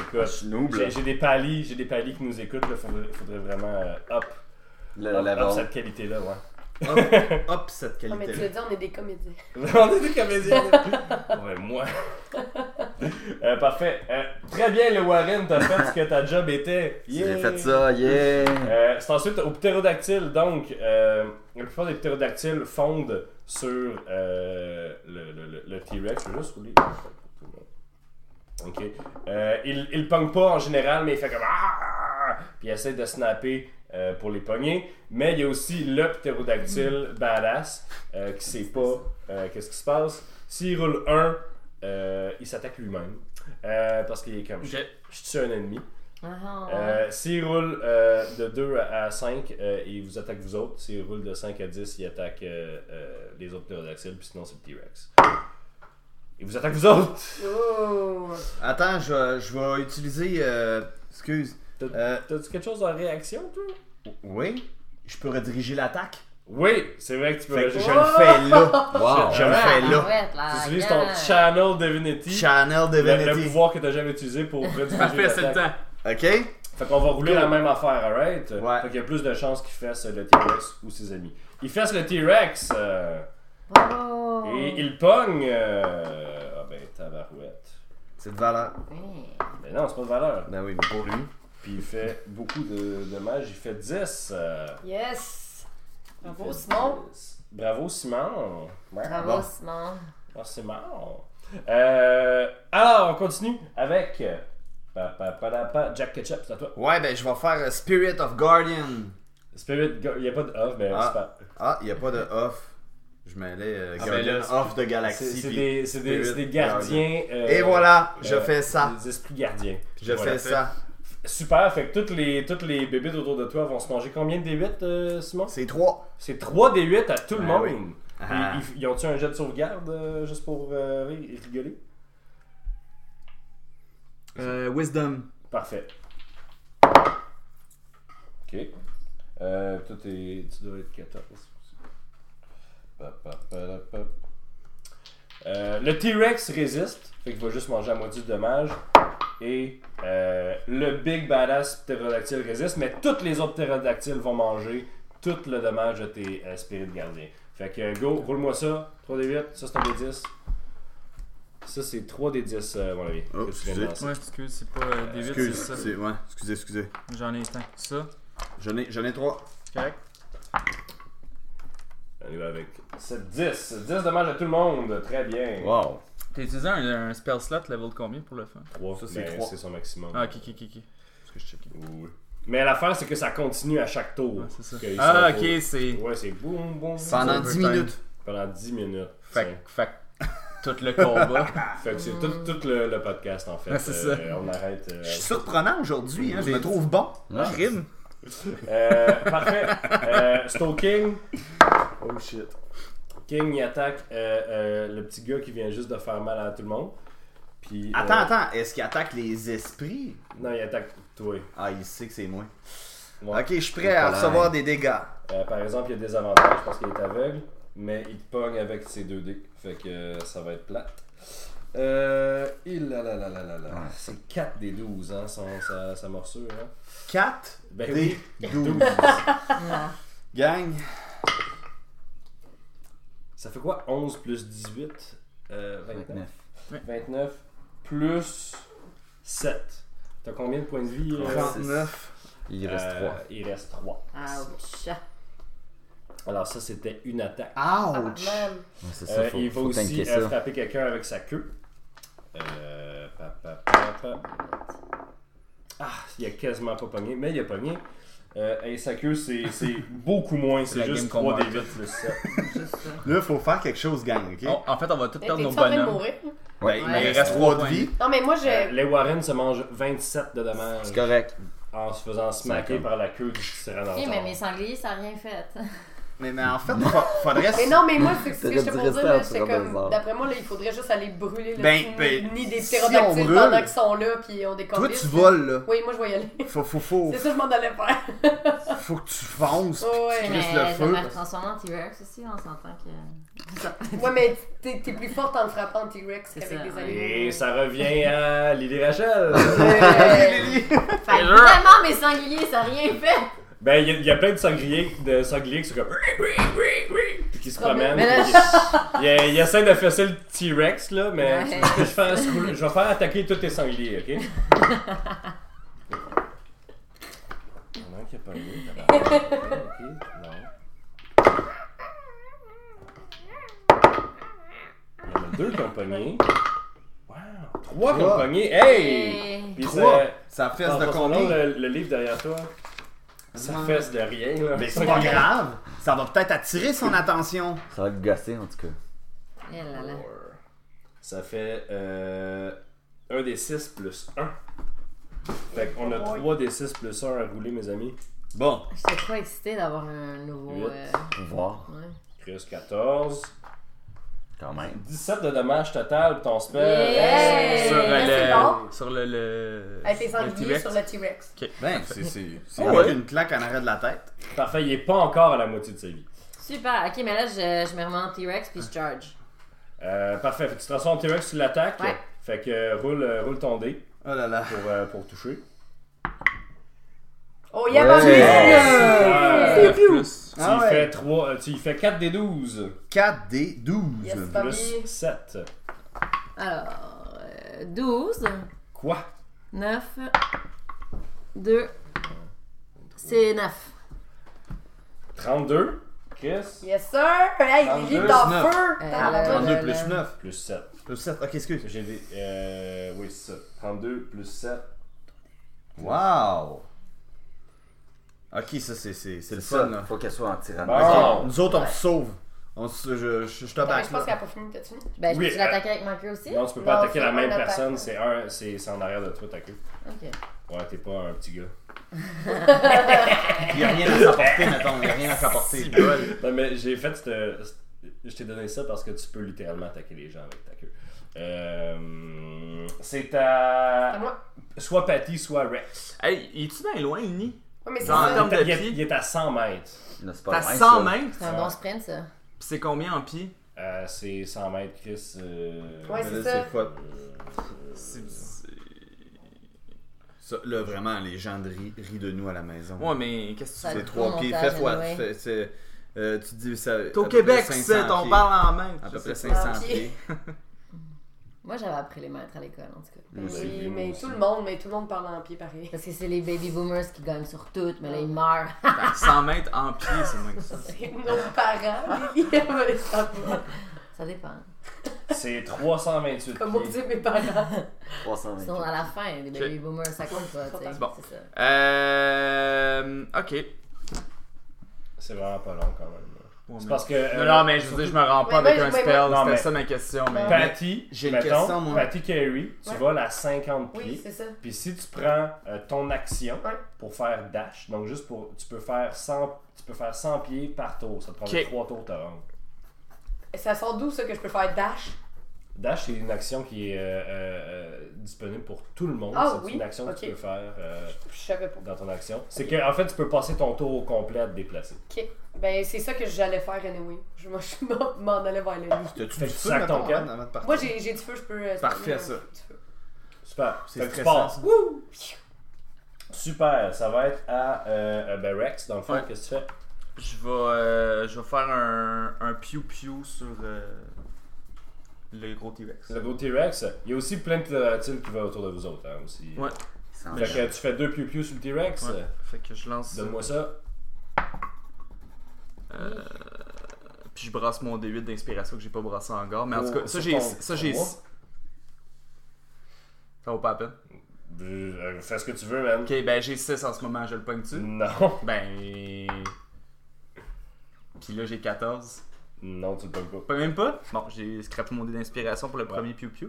S3: Écoute,
S6: Je noob, là.
S3: j'ai j'ai des palis, j'ai des palis qui nous écoutent, il faudrait, faudrait vraiment euh, up,
S6: Le
S3: up, up
S6: level.
S3: cette qualité-là, ouais.
S1: Hop, cette
S5: Non, Oh, mais tu l'as
S1: qualité-là.
S5: dit, on est des comédiens.
S3: On est des comédiens. ouais, moi. Euh, parfait. Euh, très bien, le Warren, t'as fait ce que ta job était. Yeah.
S6: J'ai fait ça, yeah!
S3: Euh, c'est ensuite au ptérodactyle. Donc, euh, la plupart des ptérodactyles fondent sur euh, le, le- le- le T-Rex. Je vais juste rouler. Ok. Euh, il, il pogne pas en général, mais il fait comme. Ah! Puis il essaie de snapper euh, pour les pogner. Mais il y a aussi le ptérodactyle badass euh, qui sait pas euh, qu'est-ce qui se passe. S'il roule un, euh, il s'attaque lui-même. Euh, parce qu'il est comme. Je, je tue un ennemi.
S4: Ah,
S3: Euh, S'il roule euh, de 2 à 5, il vous attaque vous autres. S'il roule de 5 à 10, il attaque euh, euh, les autres pterodactyles, puis sinon c'est le T-Rex. Il vous attaque vous autres!
S5: Oh!
S2: Attends, je, vais- je vais utiliser. euh, excuse.
S3: T'as-
S2: Euh,
S3: T'as-tu quelque chose en réaction, toi?
S2: oui Je peux rediriger l'attaque
S3: Oui, c'est vrai que tu peux
S2: Fait que
S3: réagir.
S2: je le fais là.
S6: Wow!
S2: Je le fais là.
S4: tabarouette, ah, la
S3: ben Tu utilises
S4: gueule.
S3: ton Channel Divinity,
S2: Channel
S3: le- le
S2: Divinity.
S3: pouvoir que t'as jamais utilisé pour rediriger
S1: Parfait, c'est le
S3: l'attaque.
S1: temps.
S2: Ok
S3: Fait qu'on va rouler la même affaire, alright?
S2: Ouais.
S3: Fait qu'il y a plus de chances qu'il fasse le T-Rex ou ses amis. Il fasse le T-Rex! euh,
S4: Oh.
S3: Et il pogne. euh, Ah ben, tabarouette.
S2: C'est de valeur.
S4: Ouais.
S3: Mais non, c'est pas de valeur.
S2: Ben oui, mais pour lui.
S3: Puis il fait beaucoup de dommages. Il fait 10. euh,
S5: Yes!
S3: il
S5: Bravo,
S3: fait
S5: Simon. Eh,
S3: 10. Bravo, Simon.
S4: Bravo,
S2: Bon.
S4: Simon.
S3: Ah, c'est marrant. Euh, alors, on continue avec. euh, pa- pa- pa- la- pa- Jack Ketchup, c'est à toi.
S2: Ouais, ben je vais faire euh, Spirit of Guardian.
S3: Spirit, Gu- il n'y a pas de off, mais
S2: Ah.
S3: c'est pas-
S2: Ah, il a pas de off. Je m'allais euh,
S3: Ah,
S2: Guardian
S3: ben là,
S2: off de
S3: c'est-
S2: Galaxy.
S3: C'est
S2: puis
S3: des, c'est des- c'est des
S2: Spirit
S3: gardiens. euh,
S2: Et voilà,
S3: euh,
S2: je fais ça.
S3: Des esprits gardiens.
S2: Je
S3: Voilà.
S2: fais ça.
S3: Super, fait que toutes les, toutes les bébites autour de toi vont se manger combien de D8, euh, Simon
S2: C'est 3.
S3: C'est 3 des 8 à tout le
S2: Ah
S3: monde.
S2: oui.
S3: Puis,
S2: Ah.
S3: Ils, ils ont-tu un jet de sauvegarde euh, juste pour euh, ri- rigoler?
S1: Euh, wisdom.
S3: Parfait. Ok. Euh, toi, t'es- tu dois être 14. Pa, pa, pa, la, pa. Euh, le T-Rex résiste, fait qu'il va juste manger à moitié de dommage. Et euh, le Big Badass Pterodactyle résiste, mais toutes les autres Pterodactyles vont manger tout le dommage de tes euh, spirites gardiens. Fait que euh, go, roule-moi ça. 3D8, ça c'est un D10. Ça c'est 3D10, euh, mon ami.
S2: Oh,
S3: que tu viens de
S2: excusez.
S3: lancer.
S1: Ouais, excuse, c'est pas euh, des 8, c'est
S2: Excuse,
S1: ça.
S2: c'est- ouais, excusez, excusez.
S1: J'en ai tant. Ça,
S2: J'en ai, j'en ai 3.
S1: c'est correct.
S3: On y va avec 7, 10. 10 dommages à tout le monde. Très bien.
S2: Wow.
S1: T'as utilisé un, un spell slot level de combien pour le fun?
S3: 3,
S2: Ça, c'est
S3: mais
S2: trois.
S3: C'est son maximum.
S1: Ah, ok, ok, ok. ok.
S2: Est-ce que je check?
S3: Oui. Mais l'affaire, c'est que ça continue à chaque tour.
S1: Ouais, c'est ça.
S3: Qu'ils
S1: Ah,
S3: sont
S1: ok, c'est.
S3: au- Ouais, c'est boum, boum.
S2: Pendant 10
S1: overtime.
S2: minutes.
S3: Pendant 10 minutes.
S1: Fait que- fait que tout le combat.
S3: Fait que c'est tout, tout le, le podcast en fait.
S7: Ouais, c'est ça.
S3: Euh, on arrête. euh,
S7: Je suis surprenant aujourd'hui, hein, je me trouve bon.
S6: Ouais.
S7: Je rime.
S3: Euh, parfait. Euh, Stoking. Oh shit. King il attaque euh, euh, le petit gars qui vient juste de faire mal à tout le monde. Puis, euh,
S2: Attends, attends, est-ce qu'il attaque les esprits
S3: Non, il attaque toi.
S2: Ah, il sait que c'est moi.
S3: Ouais.
S2: Ok, je suis prêt à
S6: Nicolas.
S2: recevoir des dégâts.
S3: Euh, par exemple, il y a des avantages parce qu'il est aveugle, mais il te pogne avec ses 2 dés. Fait que euh, ça va être plate. Euh, il là là là là là là. C'est 4 des 12, hein, son- sa, sa morsure. Hein.
S2: 4
S3: Ben
S2: des
S3: oui,
S2: 12.
S3: 12.
S4: Ah,
S2: Gang,
S3: Ça fait quoi 11 plus 18 euh, 29. 29 plus 7. T'as combien de points de vie euh,
S2: 39.
S6: Il reste
S3: Euh,
S6: 3.
S3: Il reste 3.
S4: Ah, Ouch.
S3: Alors, ça, c'était une attaque.
S7: Ouch!
S5: Man.
S6: c'est
S3: Euh,
S6: ça, faut,
S3: il va
S6: faut
S3: aussi
S6: tanker
S3: euh,
S6: ça.
S3: frapper quelqu'un avec sa queue. Euh, pa, pa, pa, pa. Ah, il a quasiment pas pogné, mais il a pogné. Euh, et sa queue, c'est c'est beaucoup moins, c'est
S1: la
S3: juste
S1: game
S3: 3
S1: qu'on
S3: des 8 plus 7.
S4: Juste ça.
S2: Là, faut faire quelque chose, gang, ok?
S3: Oh.
S2: Ben,
S1: On- en fait, on va tout
S5: T'es-tu en
S1: perdre nos
S5: train de
S1: bonhommes.
S5: mourir?
S6: Ouais,
S4: Ouais.
S1: Mais il reste
S2: Reste 3
S1: trois
S2: de
S1: points.
S2: vie.
S5: Non, mais moi, je.
S3: Euh, les Warren se mangent 27 de dommages
S6: c'est correct.
S3: en se faisant smacker
S6: Cinquante.
S3: par la queue du tyrannosaure.
S4: Ok, Eh, mais mes sangliers, ça n'a rien fait.
S2: Mais, mais en fait, fa- faudrait.
S5: Mais non, mais moi, c'est ce
S6: T'aurais
S5: que je te
S6: dû
S5: pour
S6: rester
S5: dire, là,
S6: en
S5: c'est
S6: Tyrannosaure.
S5: comme, d'après moi, là, il faudrait juste aller brûler le
S2: Ben,
S5: petit
S2: ben,
S5: nid des
S2: si on
S5: ptérodactyles
S2: brûle-
S5: pendant qu'ils sont là, puis on décolle.
S2: Toi, tu voles, là.
S5: Oui, moi, je vais y aller.
S2: Faut, faut, faut,
S5: C'est ça que je m'en allais faire.
S2: faut que tu fonces.
S5: Ouais, ouais.
S2: Juste
S4: Mais
S2: le
S4: je
S2: feu,
S4: me
S2: parce-
S4: transformer en T-Rex aussi, on s'entend que. Ça.
S5: Ouais, mais t'es t'es plus forte en le frappant en T-Rex
S4: C'est
S5: qu'avec
S4: ça,
S5: des
S4: ouais.
S5: animaux.
S3: Et ça revient à Lily Rachel.
S4: Fait que vraiment, mes sangliers, ça n'a rien fait.
S3: ben, il y a- il y, a plein de sangliers, de sangliers qui sont comme. Puis qui se promènent.
S4: Mais là,
S3: puis Il, il essaie de fesser le T-Rex, là, mais
S4: Ouais.
S3: ce que je, fais, c'est que je vais faire attaquer tous tes sangliers, ok? Il y en a un qui a pas eu, tabarnak. Ok, non. Il y en a deux qui ont pogné. Wow! Trois qui ont
S2: Trois.
S3: pogné! Hey!
S4: Hey.
S3: Puis
S2: Trois.
S3: c'est-
S2: Ça fesse
S3: en
S2: de
S3: passant,
S2: combien?
S3: le, le livre derrière toi, ça
S2: Ouais.
S3: fesse de rien, là.
S2: Mais Ah. Ben, c'est pas grave. Ça va peut-être attirer son attention.
S6: Ça va le gosser en tout cas.
S4: Eh là là.
S3: Ça fait euh, 1 des 6 plus 1. Fait qu'on a 3 des 6 plus 1 à rouler, mes amis.
S2: Bon.
S4: J'étais trop excitée d'avoir un nouveau.
S3: Huit.
S4: euh,
S6: Pouvoir,
S4: ouais.
S3: Chris 14.
S6: quand même.
S3: 17 de dommages total pour ton spell.
S5: Yeah!
S1: Sur,
S5: Là,
S1: euh,
S5: c'est bon.
S1: le, sur le, le-
S5: Avec les
S1: le
S5: sangliers
S1: T-Rex.
S5: sur le T-Rex.
S2: Ben, c'est. C'est c'est
S6: Ah ouais.
S2: avec une claque en arrêt de la tête.
S3: Parfait, il est pas encore à la moitié de sa vie.
S4: Super. Ok, mais là, je, je me remets en T-Rex puis je charge.
S3: Euh, parfait, fait que tu transformes en T-Rex, tu l'attaques.
S4: Ouais.
S3: Fait que euh, roule, euh, roule ton dé
S2: Oh là là.
S3: pour, euh, pour toucher.
S5: Oh, il y a
S6: Ouais.
S5: pas
S3: Euh,
S1: Neuf plus.
S3: tu,
S2: Ah
S3: y
S2: ouais.
S3: fais trois- euh, tu y fais 4 des 12
S2: 4 des 12.
S5: Yes,
S3: plus
S5: Bobby.
S3: 7.
S4: Alors, euh, 12,
S3: Quoi
S4: 9, 2, c'est 9.
S3: 32 Chris
S5: Yes, sir! Hey,
S3: Dans
S5: il est
S3: le
S5: dans
S2: neuf.
S5: feu!
S4: Euh,
S5: Dans la
S4: alors,
S5: bonne.
S2: 32 plus 9.
S3: plus 7.
S2: Plus 7. Ok, excuse.
S3: J'ai des. Euh, oui, c'est ça. 32 plus 7.
S2: Wow! Ok, ça c'est, c'est, c'est le fun là.
S6: Faut qu'elle soit en tyranne.
S3: Bon.
S2: Nous autres on se sauve. On se, je, je, je te bats.
S5: Attends, mais Ben, Je pense qu'elle a pas fini, t'as fini?
S4: Ben, je
S3: Oui,
S4: peux-tu
S1: euh,
S4: l'attaquer avec ma queue aussi?
S3: Non, tu peux pas
S5: Non,
S3: attaquer
S5: c'est
S3: la même
S5: un attaque.
S3: personne, c'est un, c'est c'est en arrière de toi ta queue.
S4: Ok.
S3: Ouais, t'es pas un petit gars.
S2: Il y a rien à s'apporter, mettons. Il y a rien à s'apporter.
S3: Non, mais j'ai fait cette. cette- Je t'ai donné ça parce que tu peux littéralement attaquer les gens avec ta queue. Euh, c'est
S5: À
S3: à.
S5: moi?
S3: Soit Patty, soit Rex.
S1: Hey, il est-tu bien loin, le nid?
S5: Ouais, mais c'est
S1: Dans
S5: ça.
S1: le terme
S3: Il
S1: de
S3: est, à- il
S1: pied,
S3: est à 100 mètres.
S6: Non, c'est
S1: t'as
S6: pas loin,
S1: 100
S6: ça.
S1: mètres.
S4: C'est un bon sprint, ça.
S1: Puis c'est combien en pied?
S3: Euh, c'est 100 mètres, Chris. euh,
S2: Mais là,
S5: Ouais, c'est
S2: c'est
S5: ça.
S2: le fun.
S1: C'est-
S2: Ça, là, vraiment, les gens de rient, rient de nous à la maison.
S1: Ouais, mais qu'est-ce que
S4: Ça-
S1: tu
S2: c'est
S1: fais?
S4: Bon
S2: 3 pieds.
S4: montage,
S2: Fais fois.
S4: anyway.
S2: fais- c'est, euh, tu dis ça.
S1: T'es au Québec, c'est,
S2: c'est
S1: on parle en mètres.
S2: À
S1: je
S2: peu près
S1: sais pas.
S2: 500
S5: pieds.
S2: pieds.
S4: Moi, j'avais appris les mètres à l'école, en tout cas.
S2: Moi aussi,
S5: Oui,
S3: moi
S5: mais
S3: aussi.
S5: tout le monde, mais tout le monde parle en pied pareil.
S4: Parce que c'est les baby boomers qui gagnent sur tout, mais là, ils meurent.
S1: Fait que 100 mètres en pied, c'est moins que ça.
S5: C'est nos parents, ils aiment ça.
S4: Ça dépend.
S3: C'est 328
S5: Comme on
S3: pieds.
S5: dit mes parents.
S6: 320.
S4: Ils sont à la fin, les baby boomers, ça compte pas, tu sais.
S1: Bon.
S4: C'est ça.
S1: Euh. Ok.
S3: C'est vraiment pas long quand même. là.
S1: Ouais,
S3: C'est
S1: mais-
S3: parce que. euh,
S1: Non, non, mais je veux
S3: surtout-
S1: dire, je me rends pas
S5: Ouais,
S1: avec
S5: ouais,
S1: un
S5: ouais, Ben,
S1: spell.
S3: ouais. Non,
S1: C'était
S3: mais-
S1: ça ma question. Mais...
S3: Patty,
S2: J'ai une
S3: mettons,
S2: question, moi.
S3: Patty Carey, tu
S5: Ouais.
S3: voles à 50 pieds.
S5: Oui, c'est ça.
S3: Puis si tu prends euh, ton action
S5: Ouais.
S3: pour faire dash, donc juste pour. Tu peux faire 100, tu peux faire 100 pieds par tour. Ça te prend
S1: Ok.
S3: 3 tours de te rendre.
S5: Et ça sort d'où ça que je peux faire dash
S3: Dash, c'est une action qui est euh, euh, euh, disponible pour tout le monde.
S5: Ah
S3: c'est
S5: oui?
S3: une action que
S5: Ok.
S3: tu peux faire euh,
S5: Je savais pas.
S3: dans ton action. C'est que en fait, tu peux passer ton tour au complet à te déplacer.
S5: Ok. Ben, c'est ça que j'allais faire anyway. Je, moi, je m'en- m'en allais vers le lit.
S2: T'as-tu
S3: Fait que tu
S2: du feu,
S3: sacs ton
S2: mettons,
S3: camp.
S2: avant de partir?
S5: Moi, j'ai j'ai du feu, je peux. euh,
S1: Parfait,
S5: spammer
S1: ça.
S5: un petit feu.
S3: Super.
S2: C'est
S3: Fait que tu
S2: stressant,
S3: pars.
S2: ça.
S5: Wouh!
S3: Super. Ça va être à euh, euh, ben, Rex, dans le fond. Qu'est-ce que tu fais
S1: Je vais, euh, je vais faire un, un piou-piou sur euh, le gros T-Rex.
S3: Le gros T-Rex. Il y a aussi plein de pterodactyles qui vont autour de vous autres. hein, aussi.
S1: Ouais.
S6: Ça en
S3: Fait que tu fais deux piou-piou sur le T-Rex.
S1: Ouais. Fait que je lance. ça,
S3: Donne-moi ça.
S1: Puis je brasse mon D8 d'inspiration que j'ai pas brassé encore. Mais en tout
S3: Oh,
S1: cas, ça
S3: sur
S1: j'ai.
S3: ton
S1: Ça j'ai.
S3: trois.
S1: Ça vaut pas la peine.
S3: Euh, Fais ce que tu veux, man.
S1: Ok, ben j'ai 6 en ce moment, je le
S3: Mm.
S1: pogne-tu?
S3: Non.
S1: Ben. Puis là j'ai 14.
S3: Non, tu le pognes pas.
S1: Pas même pas? Bon, j'ai scrapé mon dé d'inspiration pour le premier piou-piou.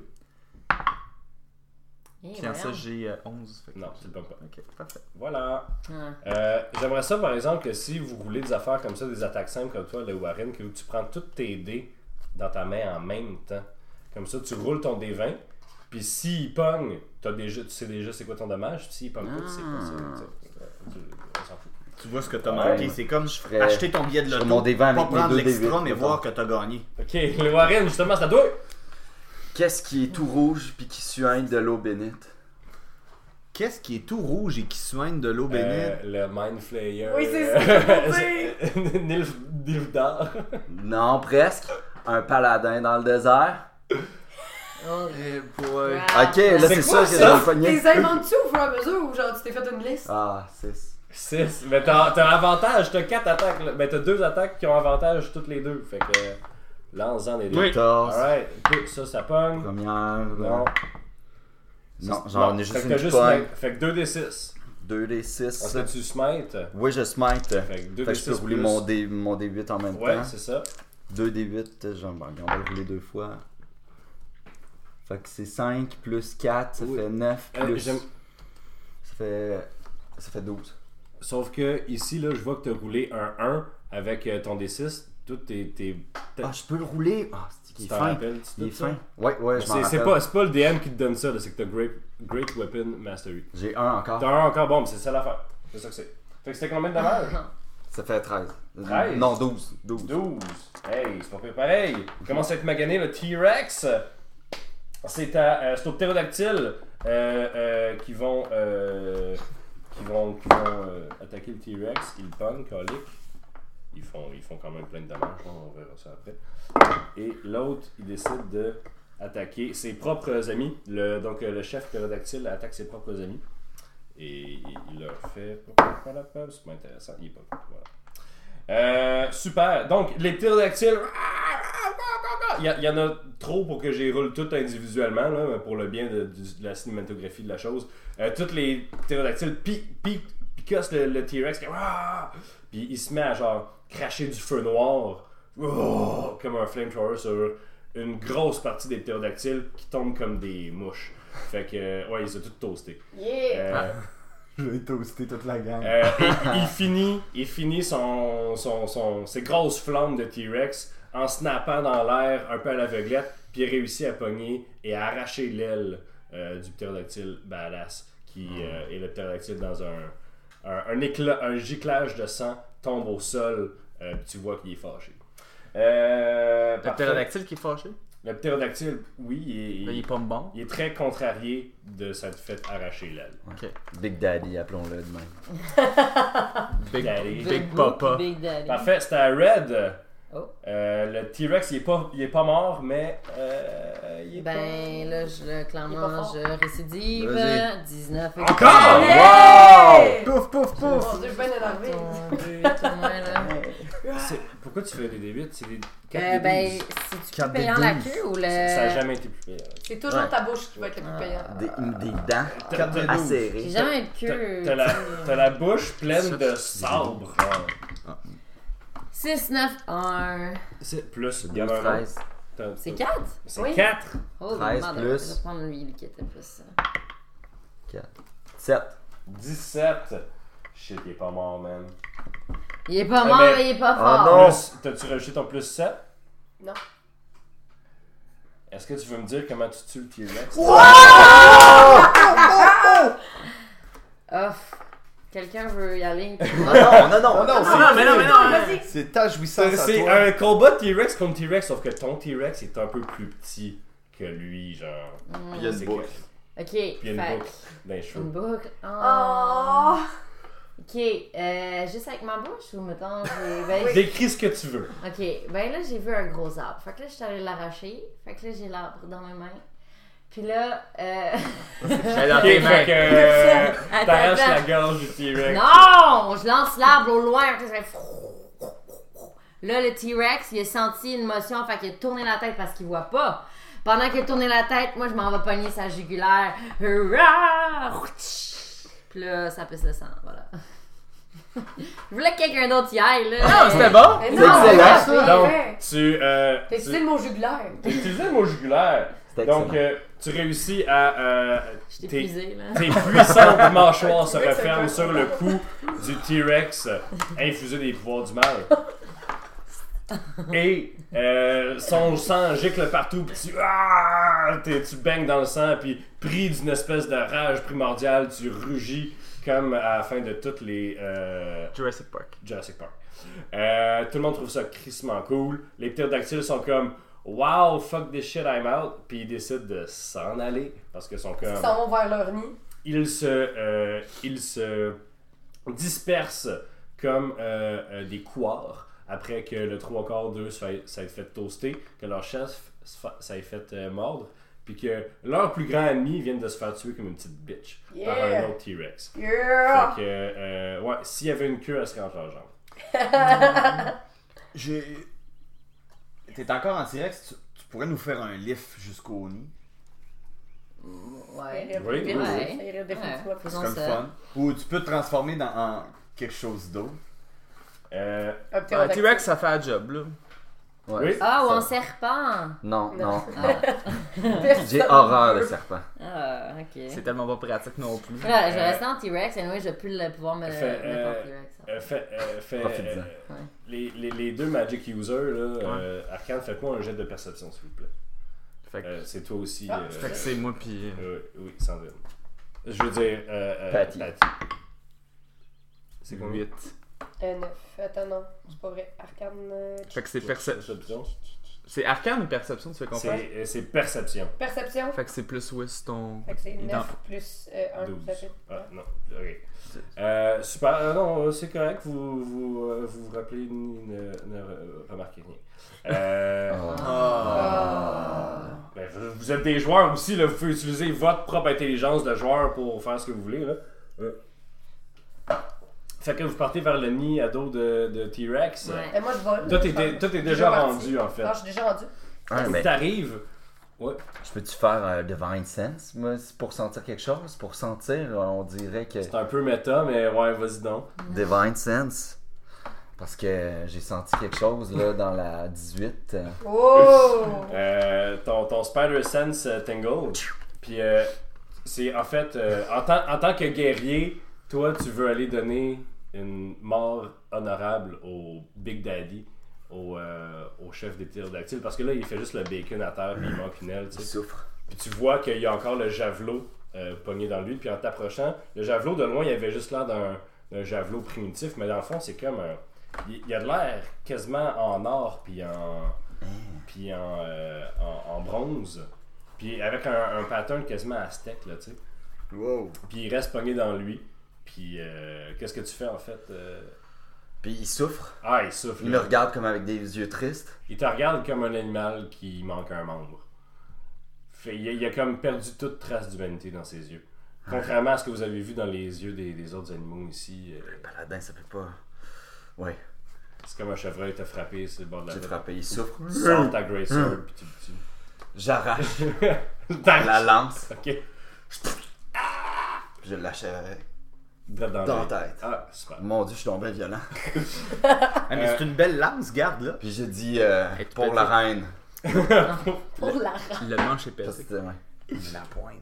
S4: Eh,
S1: Puis en ça
S4: voyons.
S1: j'ai euh, 11. Fait que-
S3: Non, tu le pognes pas.
S1: Ok, parfait.
S3: Voilà.
S4: Ah.
S3: Euh, J'aimerais ça, par exemple, que si vous roulez des affaires comme ça, des attaques simples comme toi, le Warren, que tu prends toutes tes dés dans ta main en même temps. Comme ça, tu roules ton D20, puis s'il pogne, t'as déjà, tu sais déjà c'est quoi ton dommage, puis s'il pogne pas, tu sais pas ça.
S1: Ah.
S3: tu sais. Euh, tu- on s'en fout.
S2: Tu vois ce que t'as
S3: Ouais.
S2: manqué. C'est comme je
S6: ferais-
S2: acheter ton billet de
S6: je ferais
S2: loto,
S6: mon D20
S2: pas
S6: avec mes
S2: prendre
S6: deux
S2: l'extra,
S6: D8,
S2: mais
S6: mettons.
S2: voir que t'as gagné.
S3: Ok, le Warren, justement, c'est à toi!
S6: Qu'est-ce qui est tout rouge puis qui suinte de l'eau bénite?
S2: Qu'est-ce qui est tout rouge et qui soigne de l'eau
S3: Euh,
S2: bénite?
S3: le Mind Flayer.
S5: Oui, c'est ça que
S3: Nilf- Nilfdar.
S6: Non, presque. Un paladin dans le désert.
S4: Oh,
S1: Eh boy.
S4: crap.
S6: ok, là
S3: C'est
S6: c'est
S3: quoi,
S6: sûr que
S3: ça?
S6: dans le poignet.
S5: T'es inventes-tu au fur et à mesure ou genre tu t'es fait une liste?
S6: Ah, 6.
S3: 6. Mais t'as t'as avantage, t'as 4 attaques. là. Mais t'as 2 attaques qui ont avantage toutes les deux. Fait que. euh, Lance-en les deux.
S1: Oui.
S6: 14.
S3: Alright, ok, ça, ça pogne.
S6: Première.
S3: Non.
S6: Non, non j'en
S3: Fait
S6: ai juste
S3: que t'as
S6: une
S3: juste.
S6: juste pogne.
S3: une- Fait que 2 des 6.
S6: 2 des
S3: Parce
S6: 6.
S3: que tu smites.
S6: Oui, je smite. Fait
S3: Fait que 2
S6: que
S3: des
S6: je peux
S3: 6.
S6: rouler mon, D, mon D8 en même
S3: Ouais,
S6: temps.
S3: c'est ça.
S6: 2 D8, j'en ben, on va le rouler deux fois. Fait que c'est 5 plus 4, ça
S3: Oui.
S6: fait 9
S3: Euh,
S6: plus.
S3: j'aime-
S6: ça, fait, ça fait 12.
S3: Sauf que ici, là, je vois que t'as roulé un 1 avec euh, ton D6. Tout tes. tes...
S6: Ah, je peux le rouler. Ah, c'est qu'il
S3: Tu
S6: est
S3: t'en
S6: fin.
S3: rappelles, tu
S6: Il est
S3: tout ça?
S6: fin. Ouais, ouais, je m'en
S3: C'est c'est
S6: rappelle.
S3: pas, c'est pas le DM qui te donne ça, là, c'est que t'as Great, Great Weapon Mastery.
S6: J'ai un encore.
S3: T'as un encore bon, mais c'est ça l'affaire. C'est ça que c'est. Fait que c'était combien de dommages?
S6: Ça fait 13.
S3: 13?
S6: Non, 12. 12.
S3: 12. Hey, c'est pas pire pareil. Il Commence à être magané le T-Rex. C'est à euh, c'est aux ptérodactyles euh, euh, qui vont, euh, qui vont, qui vont euh, attaquer le T-Rex. Ils le pognent, colique. Ils font, ils font quand même plein de dommages, on verra ça après. Et l'autre, il décide de attaquer ses propres amis. Le, donc euh, le chef ptérodactyle attaque ses propres amis. Et il, il leur fait... C'est pas intéressant, il est pas... Voilà. Euh, super. Donc, les ptérodactyles. ah, Il y, a- il y en a trop pour que j'y roule tout individuellement, là, mais pour le bien de, du- de la cinématographie de la chose. Euh, toutes les ptérodactyles pi- pi- picossent le, le T-Rex. Ah! Puis il se met à genre cracher du feu noir Oh! comme un flamethrower sur une grosse partie des ptérodactyles qui tombent comme des mouches. Fait que, euh, ouais, ils ont tout toasté.
S5: Yeah!
S3: Euh,
S2: Je vais toaster toute la gang.
S3: euh, il, il finit, il finit son, son, son- ses grosses flammes de T-Rex en snappant dans l'air un peu à l'aveuglette, puis il réussit à pogner et à arracher l'aile euh, du ptérodactyle badass qui
S1: Hmm.
S3: euh, est le ptérodactyle dans un, un, un éclat, un giclage de sang tombe au sol, euh, puis tu vois qu'il est fâché. Euh,
S1: Le
S3: parfait.
S1: pterodactyle qui est fâché?
S3: Le ptérodactyle, oui, il est,
S1: Ben, il est pas bon.
S3: il est très contrarié de s'être fait arracher l'aile.
S6: Big Daddy, appelons-le de même.
S1: Big,
S3: Daddy.
S1: Big
S4: Book,
S1: Papa.
S4: Big Daddy.
S3: Parfait, c'était à Red.
S4: Oh.
S3: Euh, le T-Rex, il, est pas- il est pas mort, mais euh, il est
S4: Ben là, je,
S5: Il
S4: le-
S5: est pas
S4: clairement,
S5: fort.
S4: je récidive.
S6: Vas-y.
S4: 19 et
S3: Encore?
S5: Yeah!
S2: Pouf, pouf, pouf!
S5: Mon dieu, je suis bien énervé.
S4: Ton Dieu, ton main, là.
S3: pas... C'est- Pourquoi tu fais des D8? C'est des 4
S4: Euh,
S3: D12.
S4: ben, euh, c'est-tu
S6: Quatre
S4: plus
S6: des
S4: payant la
S6: douze.
S4: queue ou le.
S3: Ça n'a jamais été plus pire.
S5: C'est toujours
S6: Ouais.
S5: ta bouche qui va être le plus payant.
S6: Des, des dents
S3: Quatre de douze.
S4: J'ai
S6: acérées.
S4: jamais eu de
S3: T'as
S4: queue.
S3: t'as la, t'as la bouche pleine de sabre.
S4: 6, 9, 1.
S3: C'est plus, il y en a un autre.
S6: 13.
S3: T'as un petit
S4: C'est
S3: peu.
S4: 4?
S3: C'est 4.
S4: Oh,
S6: 13
S4: merde,
S6: plus.
S4: Je vais prendre lui qui était plus. hein.
S6: 7.
S3: 17. Shit, il est pas mort, man.
S4: Il est pas
S3: Eh
S4: mort,
S3: ben-
S4: mais il est pas
S6: Ah,
S4: fort.
S6: non.
S3: Plus, t'as-tu rajouté ton plus 7?
S5: Non.
S3: Est-ce que tu veux me dire comment tu tues le T-Rex?
S4: Off. Quelqu'un veut y aller.
S6: Ah Non, oh, non,
S3: Ah
S6: non, non,
S2: non,
S6: non.
S2: c'est-
S1: Non, non, Ah, mais non, hein. mais non!
S5: Ah, Vas-y.
S2: C'est ta jouissance
S3: C'est-
S2: à
S3: C'est
S2: toi.
S3: un combat de T-Rex contre T-Rex, sauf que ton T-Rex est un peu plus petit que lui, genre.
S6: Il y a une
S3: C'est
S6: boucle.
S3: que-
S4: Ok.
S3: Puis il y a
S4: Mm. fait- Mm.
S3: une boucle dans les cheveux.
S4: Une boucle. Oh.
S5: Oh.
S4: Ok, euh, juste avec ma bouche ou mettons. j'ai- Ben,
S3: Décris ce que tu veux.
S4: Ok, ben là j'ai vu un gros arbre. Fait que là je suis allée l'arracher. Fait que là j'ai l'arbre dans mes mains. Puis là. Euh...
S1: J'ai dans
S3: Ok, fait
S1: tes mains.
S3: que. euh,
S4: Attends,
S3: T'arraches
S4: attends.
S3: la gorge du T-Rex.
S4: Non, je lance l'arbre au loin. puis ça fait Là, le T-Rex, il a senti une motion, fait qu'il a tourné la tête parce qu'il voit pas. Pendant qu'il a tourné la tête, moi, je m'en vais pogner sa jugulaire. Hurrah! Puis là, ça pisse le sang, voilà. je voulais que quelqu'un d'autre y aille, là.
S3: Ah,
S1: Non, c'était bon!
S5: Mais
S6: C'est
S5: non,
S6: excellent,
S5: mais
S6: ça.
S5: non,
S3: Donc,
S5: mais-
S3: tu. euh,
S5: T'as utilisé
S3: tu-
S5: le mot jugulaire.
S3: T'as utilisé le mot jugulaire.
S6: C'était
S3: Donc,
S6: excellent.
S3: euh, tu réussis à. euh,
S4: Je t'ai
S3: tes-
S4: épuisé, là.
S3: Tes puissantes mâchoires se
S5: Oui, c'est
S3: referment
S5: vrai.
S3: sur le cou du T-Rex euh, infusé des pouvoirs du mal. Et euh, son sang gicle partout, puis tu, ah, t'es- tu baignes dans le sang, puis pris d'une espèce de rage primordiale, tu rugis comme à la fin de toutes les euh,
S1: Jurassic Park.
S3: Jurassic Park. Euh, tout le monde trouve ça crissement cool. Les ptérodactyles sont comme Wow, fuck this shit, I'm out. Puis ils décident de s'en aller parce que sont comme
S5: Ils s'en vont vers leur nid.
S3: ils se, euh, ils se dispersent comme euh, euh, des couards après que le trois quarts d'eux se fait- ça ait fait toaster, que leur chef se fa- ça ait fait euh, mordre, puis que leur plus grand ennemi vienne de se faire tuer comme une petite bitch par
S5: Yeah. Ah.
S3: un autre T-Rex.
S5: Yeah!
S3: Fait que, euh, ouais, s'il y avait une queue, elle serait entre leurs jambes.
S2: J'ai-
S7: T'es encore en direct, tu, tu pourrais nous faire un lift jusqu'au nid.
S4: Ouais.
S3: Oui, oui,
S5: Ça
S3: oui.
S5: irait définitivement
S4: Ouais,
S5: plus.
S4: faisons
S7: C'est comme
S4: ça.
S7: fun. Ou tu peux te transformer dans en quelque chose d'autre.
S3: Euh,
S5: Un
S1: Un
S5: ptérodactyle.
S1: T-Rex, ça fait un job, là.
S6: Ouais.
S3: Oui.
S4: Ah, ou en serpent.
S6: Non, non,
S5: Non.
S6: non.
S5: Personne
S6: J'ai
S5: ne
S6: horreur de
S5: veut.
S6: serpent.
S4: Ah, ok.
S1: C'est tellement pas pratique non plus.
S4: Là, je vais rester en T-Rex, et anyway, je vais plus le pouvoir me
S3: euh, Fait,
S4: mettre
S3: euh,
S4: en T-Rex.
S3: Euh, fait, euh, fait,
S6: Profite-en.
S3: euh,
S4: Ouais.
S3: les, les, les deux Magic Users, là, euh, Arcane, faites-moi un jet de perception, s'il vous plaît.
S1: Fait que,
S3: Euh, c'est toi aussi.
S5: Ah,
S3: euh,
S1: fait que c'est moi pis.
S3: euh, oui, Sandrine. Je veux dire, euh, euh,
S6: Patty.
S3: C'est combien
S1: 8.
S5: Euh, neuf. Attends, non. C'est pas vrai. Arcane. euh,
S1: Fait que c'est perception.
S3: Perception.
S1: C'est arcane ou perception, tu fais comprendre?
S3: C'est euh, c'est perception.
S5: Perception.
S1: Fait que c'est plus West ton.
S5: Fait que c'est
S1: Il
S5: 9 plus 1.
S3: 12.
S5: Ça fait.
S3: Ah, non. Ok. Euh, super. Ah, non, euh, c'est correct. Vous vous, euh, vous, vous rappelez ni ne, ne re- remarquez rien. Euh,
S6: Oh. Ah.
S5: Ah.
S3: ben, vous- vous êtes des joueurs aussi. Là, vous pouvez utiliser votre propre intelligence de joueur pour faire ce que vous voulez. Là. Euh. Fait que vous partez vers le nid à dos de, de T-Rex.
S4: Ouais.
S5: Euh, moi, je vole.
S3: Toi, t'es, dé- toi, t'es déjà
S5: Déjà
S3: rendu, en fait.
S5: Non, je suis déjà rendu.
S6: Ah, mais
S3: T'arrives.
S6: je peux-tu faire euh, Divine Sense, moi, c'est pour sentir quelque chose? Pour sentir, euh, on dirait que...
S3: C'est un peu méta, mais ouais, vas-y donc.
S6: Divine Sense. Parce que j'ai senti quelque chose, là, dans la 18. euh,
S5: Oh!
S3: Euh, ton, ton Spider Sense euh, tingle. Puis, euh, c'est en fait, euh, en, tant, en tant que guerrier, toi, tu veux aller donner une mort honorable au Big Daddy, au, euh, au chef des ptérodactyles. Parce que là, il fait juste le bacon à terre, puis il manque une aile, tu
S6: qui
S3: sais.
S6: souffre.
S3: Puis tu vois qu'il y a encore le javelot euh, pogné dans lui. Puis en t'approchant, le javelot de loin, il avait juste l'air d'un, d'un javelot primitif. Mais dans le fond, c'est comme un. Il, il a de l'air quasiment en or, puis en. Puis en, euh, en, en bronze. Puis avec un, un pattern quasiment aztèque, là, tu sais.
S2: Wow.
S3: Puis il reste pogné dans lui. Puis euh, qu'est-ce que tu fais en fait euh?
S6: Puis il souffre.
S3: Ah, il souffle.
S6: Il me
S3: là.
S6: regarde comme avec des yeux tristes.
S3: Il te regarde comme un animal qui manque un membre. Fait, il, a, il a comme perdu toute trace d'humanité dans ses yeux. Contrairement à ce que vous avez vu dans les yeux des, des autres animaux ici, euh,
S6: Paladin, ça peut pas... Ouais,
S3: c'est comme un chevreuil t'a frappé sur le bord de la
S6: j'ai
S3: tête.
S6: frappé. Il souffre.
S3: Tu sors ta Grey
S6: Hum.
S3: Sword puis tu le
S6: J'arrache
S3: tues. T'arraches.
S6: la lance.
S3: Ok.
S6: Je l'achève.
S3: Drette dans,
S6: dans
S3: l'œil.
S6: la tête.
S3: Ah, super.
S6: Mon dieu, je suis tombé violent.
S2: Ah, mais
S3: Euh,
S2: c'est une belle lance, garde là.
S6: Puis j'ai dit euh,
S1: Hey, tu
S6: pour
S1: peux
S6: la
S1: dire-
S6: reine.
S5: Pour la
S1: Le manche est
S6: Parce
S1: pété.
S6: que, ouais.
S2: La pointe.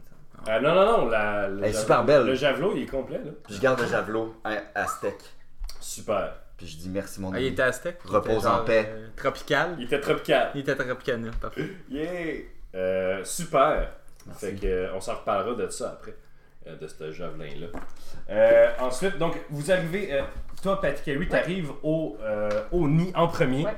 S3: Euh, non, non, non, la, le
S6: Elle est
S3: javelot-
S6: super belle.
S3: Le javelot, il est complet, là.
S6: Puis je garde le javelot à aztèque.
S3: Super.
S6: Puis je dis merci mon
S1: Ah, il
S6: ami.
S1: était aztèque. il
S6: Repose
S1: était genre,
S6: en paix.
S1: euh, tropical.
S3: Il était tropical.
S1: Il était tropicana, parfait.
S3: Yeah! Euh, super! Fait que, euh, on s'en reparlera de ça après, euh, de ce javelin-là. Euh, ensuite, donc, vous arrivez, euh, toi, Pat Carey, t'arrives au, euh, au nid en premier.
S4: Ouais.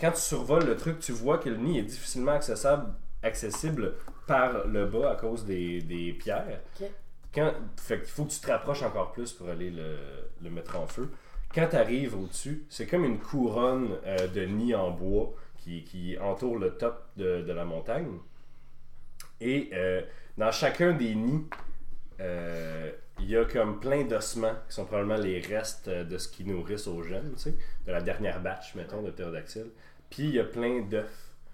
S3: Quand tu survoles le truc, tu vois que le nid est difficilement accessible, accessible par le bas à cause des, des pierres.
S4: Ok.
S3: Quand, fait qu'il faut que tu te rapproches encore plus pour aller le, le mettre en feu. Quand tu arrives au-dessus, c'est comme une couronne euh, de nid en bois qui, qui entoure le top de, de la montagne. Et euh, dans chacun des nids, euh, il y a comme plein d'ossements qui sont probablement les restes euh, de ce qui nourrissent aux jeunes, tu sais, de la dernière batch, mettons, de pterodactyles. Puis il y a plein d'œufs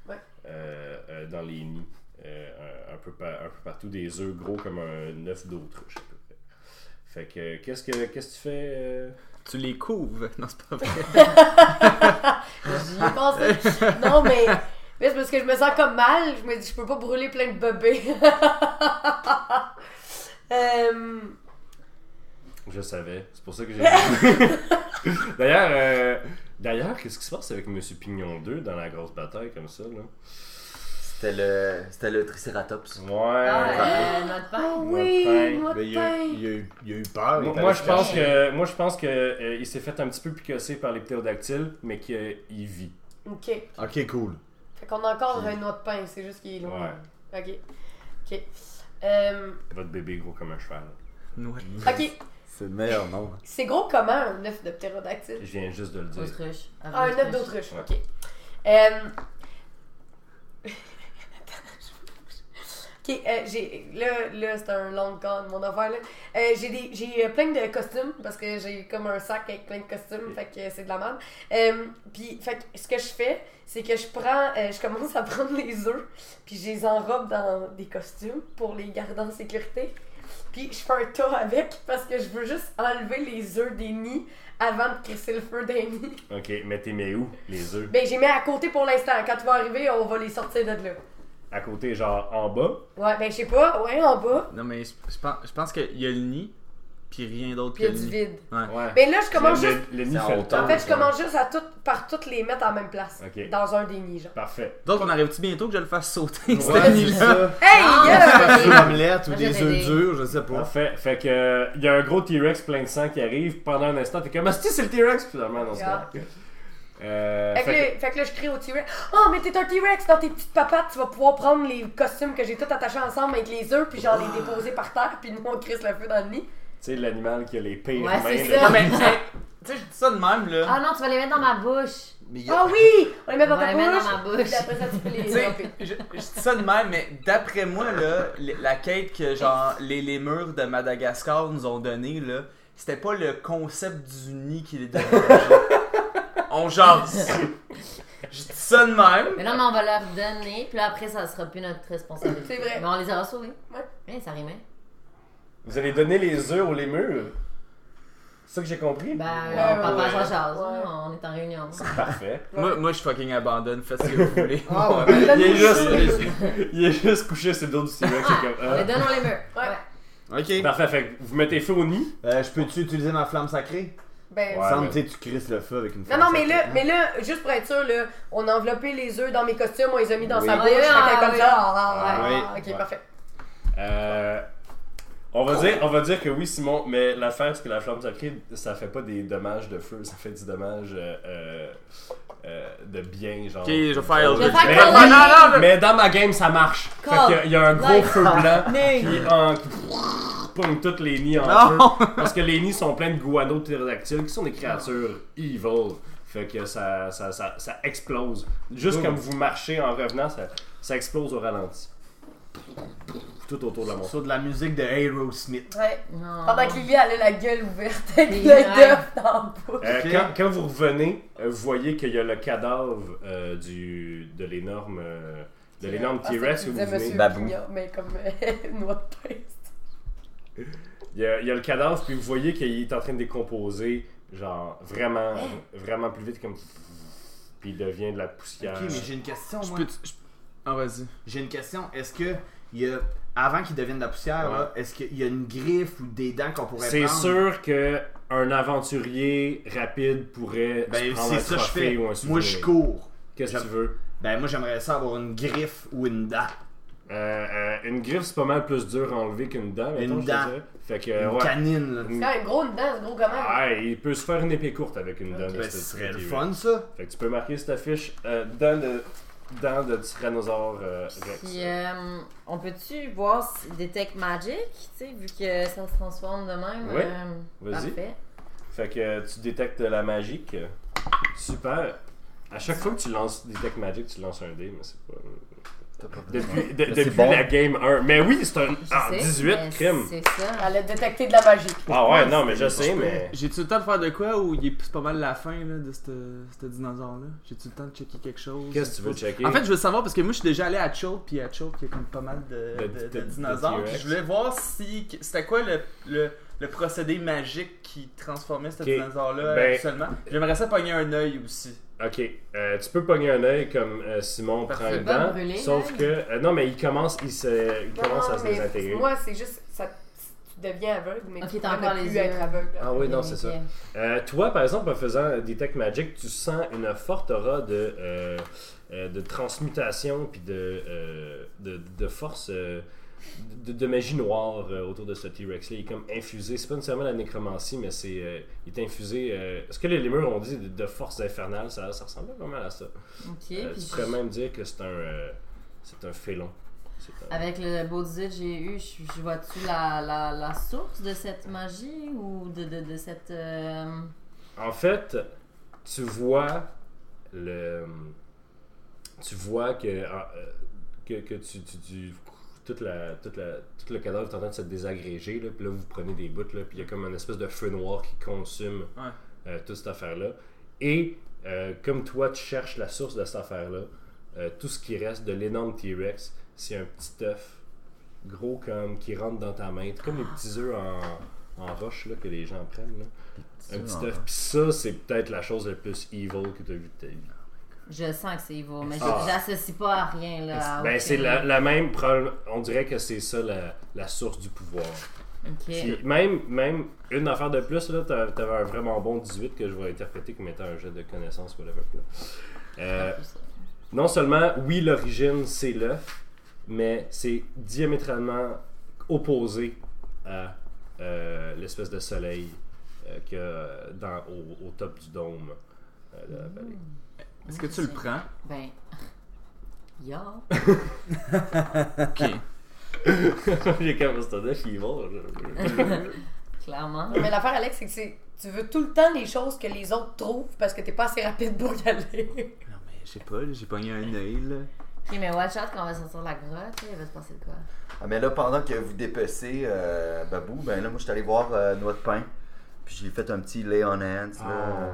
S5: Ouais.
S3: euh, euh, dans les nids, euh, un, un peu par- un peu partout, des œufs gros comme un œuf d'autruche à peu près. Fait que euh, qu'est-ce que qu'est-ce que tu fais euh?
S1: Tu les couves. Non, c'est pas vrai.
S5: J'y ai pensé. Non, mais. Mais c'est parce que je me sens comme mal. Je me dis, je peux pas brûler plein de bébés. Euh,
S3: Je savais, c'est pour ça que j'ai. dit. d'ailleurs, euh, d'ailleurs, qu'est-ce qui se passe avec Monsieur Pignon 2 dans la grosse bataille comme ça là
S6: C'était le, c'était le triceratops.
S3: Ouais.
S4: Ah, euh, notre père.
S5: oh oui,
S3: pain.
S5: noix
S2: Ben,
S5: de
S2: il, a,
S5: pain.
S2: il, a eu, il a eu peur.
S3: Moi,
S2: Ah, il est
S3: moi,
S2: allé
S3: je
S2: se
S3: pense
S2: cacher.
S3: que moi je pense que euh, il s'est fait un petit peu picosser par les ptérodactyles, mais qu'il vit.
S5: Ok. Fait
S2: Ok, cool.
S5: qu'on a encore une noix de pain. C'est juste qu'il est
S3: Ouais.
S5: loin. Ok. Ok. Euh,
S3: Votre bébé est gros comme un cheval.
S1: Ouais.
S5: ok.
S2: C'est le meilleur nom.
S5: C'est gros comment un œuf de ptérodactyle?
S3: Je viens juste de le dire.
S4: Autruche.
S5: Ah, un œuf d'autruche,
S3: Ouais.
S5: ok. Euh, Ok, euh, j'ai, là, là c'est un long con, mon affaire. Là. Euh, j'ai, des, j'ai euh, plein de costumes parce que j'ai comme un sac avec plein de costumes, fait que c'est de la merde. Euh, puis, fait que ce que je fais, c'est que je prends, euh, je commence à prendre les œufs, puis je les enrobe dans des costumes pour les garder en sécurité. Puis je fais un tas avec parce que je veux juste enlever les œufs des nids avant de crisser le feu des nids.
S3: Ok, mais t'es mais où les œufs
S5: Ben, j'ai mis à côté pour l'instant. Quand tu vas arriver, on va les sortir de là.
S3: À côté, genre en bas.
S5: Ouais, ben, je sais pas. Ouais, en bas.
S1: Non, mais je, je pense, je pense qu'il y a le nid, puis rien d'autre
S5: Puis il
S1: que
S5: y a
S1: le
S5: du
S1: nid.
S5: vide.
S1: Ouais.
S3: Ouais.
S5: Ben, là, je commence
S3: le,
S5: juste.
S3: le- le nid
S6: C'est en
S3: fait le
S6: hauteur.
S5: En
S3: tour.
S5: fait, je commence juste à tout, par toutes les mettre en même place.
S3: Ok.
S5: Dans un déni, genre.
S3: Parfait.
S1: Donc, on arrive-tu bientôt que je le fasse sauter,
S2: Ouais,
S1: ce
S2: c'est
S1: nid-là?
S2: ça.
S5: Hey,
S4: Ah,
S5: yeah!
S2: Des omelettes ou
S4: Moi,
S2: des
S4: j'avais
S2: œufs
S4: des-
S2: durs, je sais
S4: Ah.
S2: pas.
S3: Parfait. Fait que euh, il y a un gros T-Rex plein de sang qui arrive. Pendant un instant, t'es comme ah c'est le T-Rex finalement non c'est
S4: Ah.
S5: Yeah.
S3: correct. Euh,
S5: Fait que,
S3: fait
S5: là- fait que là, je crie au T-Rex. Oh, mais t'es un T-Rex dans tes petites papates. Tu vas pouvoir prendre les costumes que j'ai tous attachés ensemble avec les œufs, puis genre les déposer par terre, puis nous, on crisse le feu dans le nid.
S3: que, tu sais l'animal qui a les pires
S4: Ouais, c'est
S3: mains. là.
S1: Non,
S4: ça.
S1: mais, tu sais, tu sais, je dis ça de même, là.
S4: Ah non, tu vas les mettre dans ma bouche.
S6: Mais il y
S5: Ah
S6: a-
S5: oui! On les met
S4: On
S5: dans
S4: va
S5: ta
S4: les mettre dans
S5: bouche.
S4: ma bouche.
S5: Puis après ça, tu peux les
S1: Tu sais,
S5: dropper.
S1: je, je dis ça de même, mais d'après moi, là, les- la quête que genre les, les murs de Madagascar nous ont donné, là, c'était pas le concept du nid qui les dérangeait. On genre. Je dis ça de même.
S4: Mais non, mais on va leur donner, puis là, après, ça sera plus notre
S5: C'est
S4: responsabilité.
S5: vrai.
S4: Mais on les aura sauvés.
S5: Ouais.
S4: Eh, ça rimait.
S3: Vous allez donner les œufs aux les murs. C'est ça que j'ai compris.
S4: Ben,
S5: ouais,
S4: on parle
S5: ouais.
S4: pas à Charles,
S5: Ouais.
S4: hein. on est en réunion.
S3: Parfait.
S1: Moi, moi, je fucking abandonne, faites ce que vous voulez.
S2: Ah ouais.
S3: Il est,
S5: Donne-nous
S3: juste, il est juste couché sur le dos du T-Rex. c'est comme,
S4: On
S3: ah.
S4: les donne, on les meurt.
S5: Ouais.
S2: Ok.
S3: Parfait, fait que vous mettez feu au nid.
S2: Euh, je peux-tu utiliser ma flamme sacrée?
S5: Ben,
S3: Ouais,
S2: Sam,
S3: mais-
S2: tu sais, tu crisses le feu avec une
S5: Non,
S2: flamme
S5: non, mais
S2: sacrée.
S5: là, mais là, juste pour être sûr, là, on a enveloppé les œufs dans mes costumes, on les a mis dans
S2: Oui.
S5: sa
S4: Ah
S5: bouche,
S4: oui,
S5: fait
S4: ah
S5: qu'elle est comme
S4: oui.
S5: ça. ah, ah,
S2: Oui.
S5: ah, ok,
S3: Ouais.
S5: parfait.
S3: Euh, on, va dire, on va dire que oui, Simon, mais l'affaire, c'est que la flamme sacrée, ça fait pas des dommages de feu, ça fait des dommages euh, euh, euh, de bien, genre.
S1: Ok, je vais faire.
S4: Je vais
S3: Mais,
S4: faire
S3: mais-
S4: Colin.
S3: mais dans ma game, ça marche. Fait
S4: Call.
S3: qu'il y a- il y, a un gros
S4: Like.
S3: feu blanc
S4: Mais-
S3: qui, en, qui pogne toutes les nids en feu. Parce que les nids sont pleins de guanos pterodactyles qui sont des créatures evil. Fait que ça, ça, ça, ça explose. Juste comme vous marchez en revenant, ça, ça explose au ralenti. Tout autour de la montagne.
S2: Sur de la musique de Aerosmith.
S5: Ouais.
S4: Non.
S5: Pendant que Lily, elle a la gueule ouverte avec
S4: Oui,
S5: le
S4: ouais.
S5: d'œuf dans la bouche.
S3: Euh,
S2: Ok.
S3: quand, quand vous revenez, euh, vous voyez qu'il y a le cadavre euh, du, de l'énorme euh, de l'énorme
S5: Ah, c'est
S3: T-Rex
S5: ce
S3: que
S5: que
S3: vous
S5: disait
S3: venez.
S5: Monsieur
S6: Babou.
S5: Pignat, mais comme euh, noix de pain.
S3: Il Il y, a, il y a le cadavre, puis vous voyez qu'il est en train de décomposer, genre vraiment,
S2: Hein?
S3: vraiment plus vite, comme. Puis il devient de la poussière.
S2: Ok, mais j'ai une question,
S1: Je
S2: moi.
S1: peux. je- Ah, vas-y.
S2: J'ai une question. Est-ce que il y a, avant qu'il devienne de la poussière,
S3: Ouais.
S2: là, est-ce qu'il y a une griffe ou des dents qu'on pourrait
S3: C'est
S2: prendre?
S3: sûr que un aventurier rapide pourrait se
S2: Ben,
S3: prendre
S2: c'est
S3: un
S2: ça que je
S3: trophée
S2: fais.
S3: ou un
S2: Moi,
S3: souvenir.
S2: je cours.
S3: Qu'est-ce que tu veux
S2: Ben, moi, j'aimerais ça avoir une griffe ou une dent.
S3: Euh, euh, Une griffe, c'est pas mal plus dur à enlever qu'une dent. mettons,
S2: Une
S3: je te
S2: dent.
S3: dirais. Fait que,
S2: Une
S3: ouais.
S2: canine, là.
S5: C'est quand même gros une dent, c'est gros comment?
S3: Ah, il peut se faire une épée courte avec une dent. de
S2: Ben, ce
S3: ce
S2: serait le
S3: type.
S2: fun, ça.
S3: Fait que tu peux marquer cette affiche euh, dans le dans le tyrannosaure euh, rex.
S4: Puis, euh, on peut-tu voir si Detect Magic, tu sais, vu que ça se transforme de même?
S3: Ouais.
S4: euh,
S3: Vas-y.
S4: Parfait.
S3: Fait que euh, tu détectes de la magique. Super. À chaque fois que tu lances Detect Magic, tu lances un dé, mais c'est pas. Depuis, de-
S6: Mais c'est
S3: depuis
S6: bon.
S3: la game 1. Mais oui, c'est un.
S4: Je
S3: Ah,
S4: sais,
S3: 18
S4: mais
S3: crème.
S4: C'est ça.
S5: Elle a détecté de la magie.
S3: Ah ouais, non, mais je sais,
S1: peux-
S3: mais.
S1: J'ai-tu le temps de faire de quoi ou il est c'est pas mal la fin là, de ce ce dinosaure-là J'ai-tu le temps de checker quelque chose
S3: Qu'est-ce que tu veux checker
S1: En fait, je veux savoir parce que moi, je suis déjà allé à Choke, puis à Choke, il y a comme pas mal de,
S3: De-
S1: de-
S3: de-
S1: de
S3: de
S1: dinosaures.
S3: T-Rex.
S1: Puis je voulais voir si. C'était quoi le, le, le procédé magique qui transformait ce
S3: Ok.
S1: dinosaure-là
S3: Ben-
S1: seulement J'aimerais ça pogner un œil aussi.
S3: Ok, euh, tu peux pogner un œil comme euh, Simon
S1: Parce
S3: prend
S4: que
S3: le
S4: pas
S3: dent.
S4: brûlé,
S3: Sauf
S4: l'œil.
S3: que. euh, non, mais il commence, il se, il
S5: Non,
S3: commence à se
S5: mais
S3: désintégrer.
S5: Moi, c'est juste, ça, tu deviens aveugle, mais
S4: Ok,
S5: tu
S4: t'as
S5: peux
S4: encore
S5: ne
S4: les
S5: plus
S4: yeux.
S5: être aveugle.
S3: Ah oui, non, c'est ça. Euh, toi, par exemple, en faisant Detect Magic, tu sens une forte aura de, euh, euh, de transmutation puis de, euh, de, de force euh, de, de magie noire euh, autour de ce T-Rex-là. Il est comme infusé. C'est pas nécessairement la nécromancie, mais c'est euh, il est infusé. euh, ce que les lémurs ont dit de, de force infernale, ça, ça ressemble vraiment à ça.
S4: Ok,
S3: Euh,
S4: puis
S3: tu pourrais même dire que c'est un, euh, c'est un félon. C'est un-
S4: avec le beau 18 que j'ai eu, je, je vois-tu la, la, la source de cette magie ou de, de, de cette. euh,
S3: En fait, tu vois le. Tu vois que. ah, euh, que, que tu. tu, tu- toute la, toute la, tout le cadavre est en train de se désagréger, là, puis là, vous prenez des bouts, là, puis il y a comme une espèce de feu noir qui consume
S1: Ouais.
S3: euh, toute cette affaire-là. Et euh, comme toi, tu cherches la source de cette affaire-là, euh, tout ce qui reste de l'énorme T-Rex, c'est un petit œuf gros comme qui rentre dans ta main. C'est comme les petits œufs en, en roche là, que les gens prennent. là. Un petit œuf. Puis ça, c'est peut-être la chose la plus evil que tu as vue de ta vie.
S4: Je sens que c'est evil, mais je-
S3: Ah.
S4: j'associe pas à rien. Là, à
S3: ben,
S4: aucune-
S3: c'est la, la même. prob- On dirait que c'est ça la, la source du pouvoir.
S4: Ok.
S3: Puis même, même une affaire de plus, là, t'a- t'avais un vraiment bon 18 que je vais interpréter comme étant un jet de connaissances, whatever. là. Euh, non seulement, oui, l'origine, c'est l'œuf, mais c'est diamétralement opposé à euh, l'espèce de soleil euh, qu'il y a dans, au, au top du dôme euh, de la vallée.
S1: Est-ce que tu le prends
S4: Ben. Yo.
S1: Ok.
S3: J'ai comme c'est un œuf evil. là.
S4: Clairement.
S5: Mais l'affaire, Alex, c'est que c'est- tu veux tout le temps les choses que les autres trouvent parce que t'es pas assez rapide pour y aller.
S1: Non, mais je sais pas, là, j'ai pogné un œil là.
S4: Ok, mais watch out quand on va sortir de la grotte, il va se passer de quoi?
S6: Ah, mais là, pendant que vous dépecez euh, Babou, ben là, moi, je suis allé voir euh, Noix de Pain. Puis j'ai fait un petit lay on hands. Là.
S3: Ah.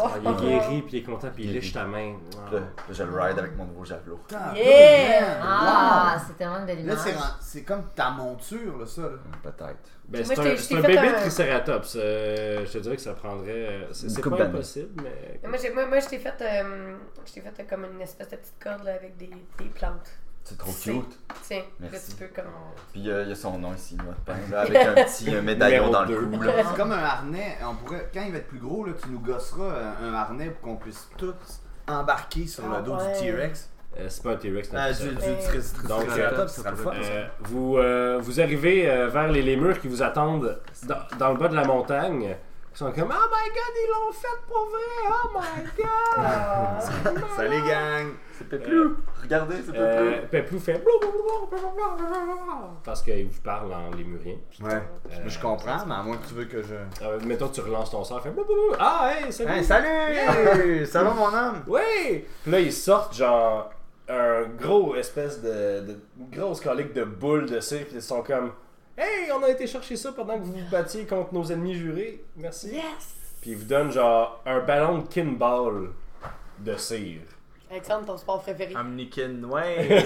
S5: Oh.
S3: Ah, il est guéri, puis il est content, puis il lèche ta main.
S6: Puis
S3: Wow.
S6: Là, là, je le ride avec mon nouveau javelot.
S5: Yeah!
S4: Ah, c'est tellement une belle
S2: Là,
S4: image.
S2: c'est ren- c'est comme ta monture, là, ça. là.
S6: Peut-être.
S3: Ben,
S5: Moi,
S3: c'est
S5: je
S3: un,
S5: t'ai-
S3: c'est
S5: je
S3: un
S5: t'ai fait
S3: bébé
S5: un-
S3: de Triceratops. euh, je te dirais que ça prendrait. euh, C'est
S6: Une
S3: c'est
S6: couple
S3: pas
S6: d'années.
S3: impossible, mais.
S5: Mais Moi, j'ai- moi, moi, je t'ai fait, euh, je t'ai fait euh, comme une espèce de petite corde là, avec des, des plantes.
S6: C'est trop
S5: C'est-
S6: cute.
S5: Tiens, là,
S6: Merci.
S5: tu peux comme.
S6: Puis euh, il y a son nom ici, Noix de Pain, là, avec un petit euh, médaillon
S3: Numéro
S6: dans le
S3: deux.
S6: cou. là.
S2: C'est comme un harnais. On pourrait, quand il va être plus gros, là, tu nous gosseras euh, un, un harnais pour qu'on puisse tous embarquer sur
S5: Ah
S2: le dos
S5: ouais.
S2: du T-Rex.
S3: Euh, c'est pas un T-Rex, c'est un
S2: Ah, du,
S3: Triceratops.
S2: du Triceratops.
S3: Donc,
S2: Triceratops, ça serait le fun, ça.
S3: Euh, vous, euh, vous arrivez euh, vers les lémurs qui vous attendent dans, dans le bas de la montagne. Ils sont comme Oh my god, ils l'ont fait pour vrai! Oh my god!
S5: Ah.
S2: Salut, gang!
S6: C'est Péplou. Regardez, c'est Péplou.
S3: euh, Peplou fait parce qu'il vous parle en lémurien.
S2: Ouais.
S3: Euh,
S2: je comprends, mais à moins que tu veux que je.
S3: Euh, mettons que tu relances ton sort, il fait Ah, hey, salut!
S2: Hey, salut! Ça va, mon homme?
S3: Oui! Puis là, ils sortent genre un gros espèce de, de une grosse colique de boules de cirque. Ils sont comme Hey, on a été chercher ça pendant que vous vous battiez contre nos ennemis jurés. Merci.
S5: Yes!
S3: Puis ils vous donnent genre un ballon de kinball de cire. Ah.
S5: Alexandre, ton sport préféré.
S1: Omnikin, ouais.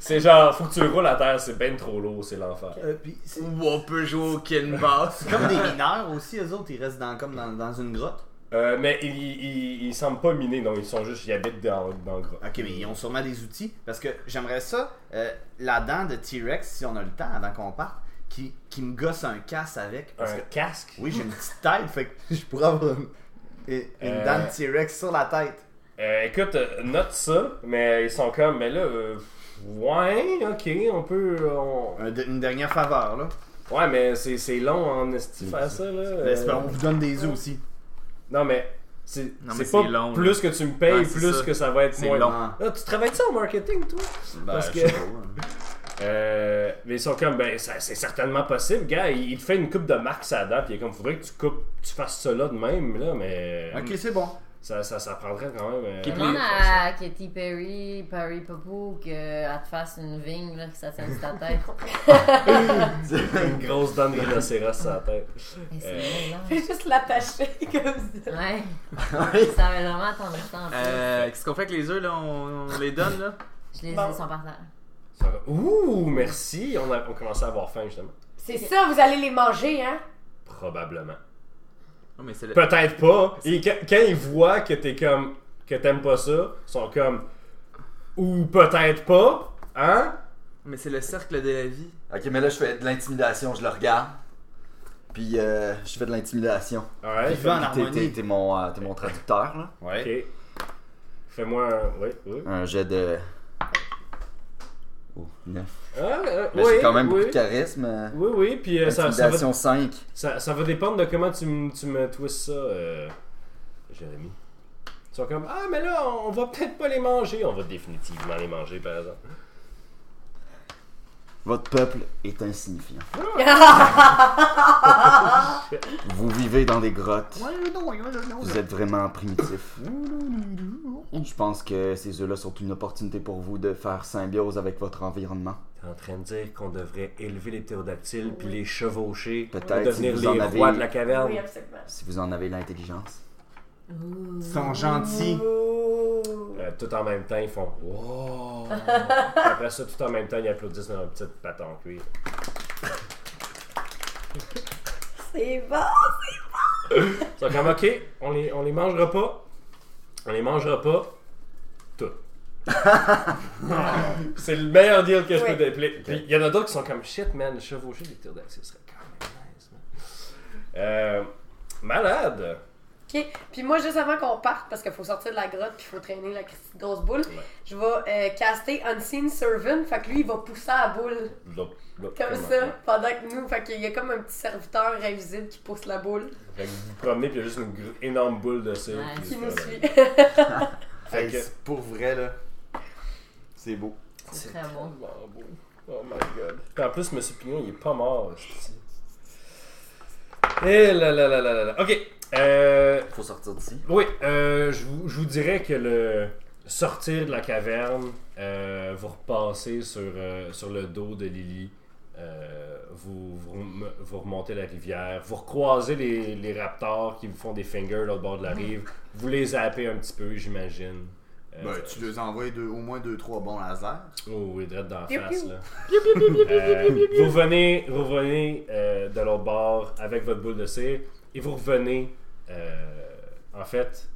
S3: C'est genre, faut que tu le roules à terre, c'est ben trop lourd, c'est l'enfer.
S2: Euh, puis c'est
S1: Ou on peut jouer au Ken Bass.
S2: c'est comme des mineurs aussi, eux autres, ils restent dans, comme dans, dans une grotte.
S3: Euh, mais ils, ils, ils semblent pas minés, non, ils sont juste, ils habitent dans, dans le gras.
S2: Ok, mais ils ont sûrement des outils. Parce que j'aimerais ça, euh, la dent de T-Rex, si on a le temps avant qu'on parte, qui, qui me gosse un casse avec. Parce
S3: Un
S2: que
S3: casque
S2: oui, j'ai une petite tête, fait que je pourrais avoir une, une
S3: Euh.
S2: dent de T-Rex sur la tête.
S3: Euh, écoute, euh, note ça, mais ils sont comme, mais là, euh, ouais, ok, on peut. euh, on-
S2: Un de- une dernière faveur, là.
S3: Ouais, mais c'est c'est long en esti faire ça, là.
S2: Mais c'est
S3: euh,
S2: pas- on vous donne des œufs aussi.
S3: Non, mais c'est
S1: Non,
S3: c'est
S1: mais
S3: pas
S1: c'est long, là.
S3: plus que tu me payes,
S1: Ouais, c'est
S3: plus
S1: ça.
S3: que ça va être
S1: C'est
S3: moins
S1: long.
S2: Ah. ben,
S3: Ah, tu travailles ça en marketing, toi? Parce
S2: je
S3: que-
S2: sais pas, hein.
S3: Euh, mais ils sont comme, ben, ça- c'est certainement possible, gars. Il, il te fait une coupe de marque ça dedans, puis il est comme, faudrait que tu coupes, tu fasses ça là de même, là, mais
S2: hein. Ok, c'est bon.
S3: ça, ça, ça prendrait quand même. euh,
S4: Demande à Katy Perry, Perry Popo, qu'elle te fasse une vigne là, que ça tienne sur ta tête.
S3: une grosse dent de rhinocéros sur la tête.
S4: Et c'est vrai,
S5: Fais juste l'attacher comme ça.
S4: là. Ouais. ça va vraiment attendre le temps. en plus.
S1: Euh, Qu'est-ce qu'on fait avec les œufs là on, on les donne là
S4: Je les ai,
S5: bon.
S4: ils sont par terre.
S3: Ils sont comme, Ouh, merci. On, a, on commençait à avoir faim, justement.
S5: C'est ça, vous allez les manger, hein?
S3: Probablement.
S1: Non mais c'est le.
S3: Peut-être pas. Et quand, quand ils voient que t'es comme que t'aimes pas ça, ils sont comme ou peut-être pas, hein?
S1: Mais c'est le cercle de la vie.
S6: Ok, mais là, je fais de l'intimidation, je le regarde. Puis euh, je fais de l'intimidation.
S3: Ouais.
S2: Vivant en
S6: T'es- T'es
S2: harmonie.
S6: t'es mon, euh, t'es mon traducteur, là.
S3: Ok. Fais-moi un. Oui, oui.
S6: Un jet de. Oh, neuf.
S3: Ah, euh,
S6: Mais
S3: oui,
S6: j'ai quand même
S3: oui.
S6: beaucoup de charisme. euh,
S3: Oui, oui, puis euh, ça, ça, va,
S6: Intimidation 5.
S3: ça, ça va dépendre de comment tu, me- tu me twists ça, euh, Jérémy. Ils sont comme Ah, mais là, on va peut-être pas les manger. On va définitivement les manger, par exemple.
S6: Votre peuple est insignifiant. Vous vivez dans des grottes. Vous êtes vraiment primitif. Je pense que ces œufs-là sont une opportunité pour vous de faire symbiose avec votre environnement.
S3: T'es en train de dire qu'on devrait élever les ptérodactyles puis les chevaucher pour
S6: Peut-être,
S3: devenir
S6: si vous
S3: les
S6: en avez-
S3: rois de la caverne.
S5: Oui, absolument.
S6: Si vous en avez l'intelligence.
S2: Ils sont gentils.
S3: Euh, tout en même temps, ils font Wow! Après ça, tout en même temps, ils applaudissent dans leur petite patte en cuir.
S5: C'est bon!
S3: Ils sont comme Ok, on les, on les mangera pas. On les mangera pas. Tout. c'est le meilleur deal que je
S5: Oui.
S3: peux déplier. Puis il y en a d'autres qui sont comme Shit, man, chevaucher des tirs d'accès serait quand même nice, man. Euh, malade!
S5: Ok, puis moi, juste avant qu'on parte, parce qu'il faut sortir de la grotte puis il faut traîner la Christie de grosse boule, je vais euh, caster Unseen Servant, fait que lui, il va pousser à la boule,
S3: L'autre- l'autre,
S5: comme ça, pendant que nous, fait qu'il y a comme un petit serviteur invisible qui pousse la boule,
S3: Fait que vous vous promenez, puis il y a juste une gr- énorme boule de sucre.
S4: Ouais.
S5: qui
S3: se
S5: nous
S3: promène.
S5: suit.
S3: Fait
S2: Hey,
S3: que-
S2: c'est pour vrai, là. C'est beau.
S4: C'est très
S3: tellement
S4: bon.
S3: beau. Oh my god. Puis en plus, Monsieur Pignon, il est pas mort. c'est-tu. Eh là là là là là là. Ok. Euh,
S6: Faut sortir d'ici.
S3: oui, euh, je vous, je vous dirais que le sortir de la caverne, euh, vous repassez sur, euh, sur le dos de Lily, euh, vous, vous, rem- vous remontez la rivière, vous recroisez les, les raptors qui vous font des fingers là, au bord de la rive, vous les zappez un petit peu, j'imagine. Euh,
S2: Ben, tu les envoies deux, au moins deux, trois bons lasers.
S3: Oh oui, direct dans la
S5: Piou,
S3: face,
S5: piou.
S3: là. Euh, vous venez, vous venez euh, de l'autre bord avec votre boule de cire et vous revenez, euh, en fait,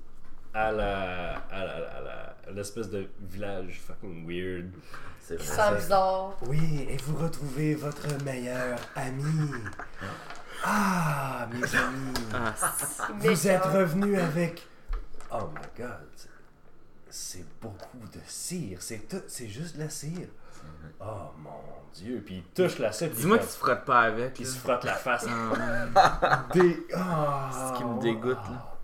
S3: à la, à la- à la- à l'espèce de village fucking weird.
S6: C'est
S5: Qui
S6: vrai.
S5: sent bizarre.
S3: Oui, et vous retrouvez votre meilleur ami. Ah, mes amis,
S1: Ah,
S5: Méchant.
S3: revenus avec. Oh my god, c'est beaucoup de cire, c'est tout, c'est juste de la cire. Oh mon dieu, puis il touche la cire. puis il
S1: Dis-moi que
S3: fait-
S1: tu frottes pas avec.
S3: qui
S1: là.
S3: se frotte la face.
S1: Ah, man.
S3: Des... Ah,
S1: C'est ce qui me dégoûte, là.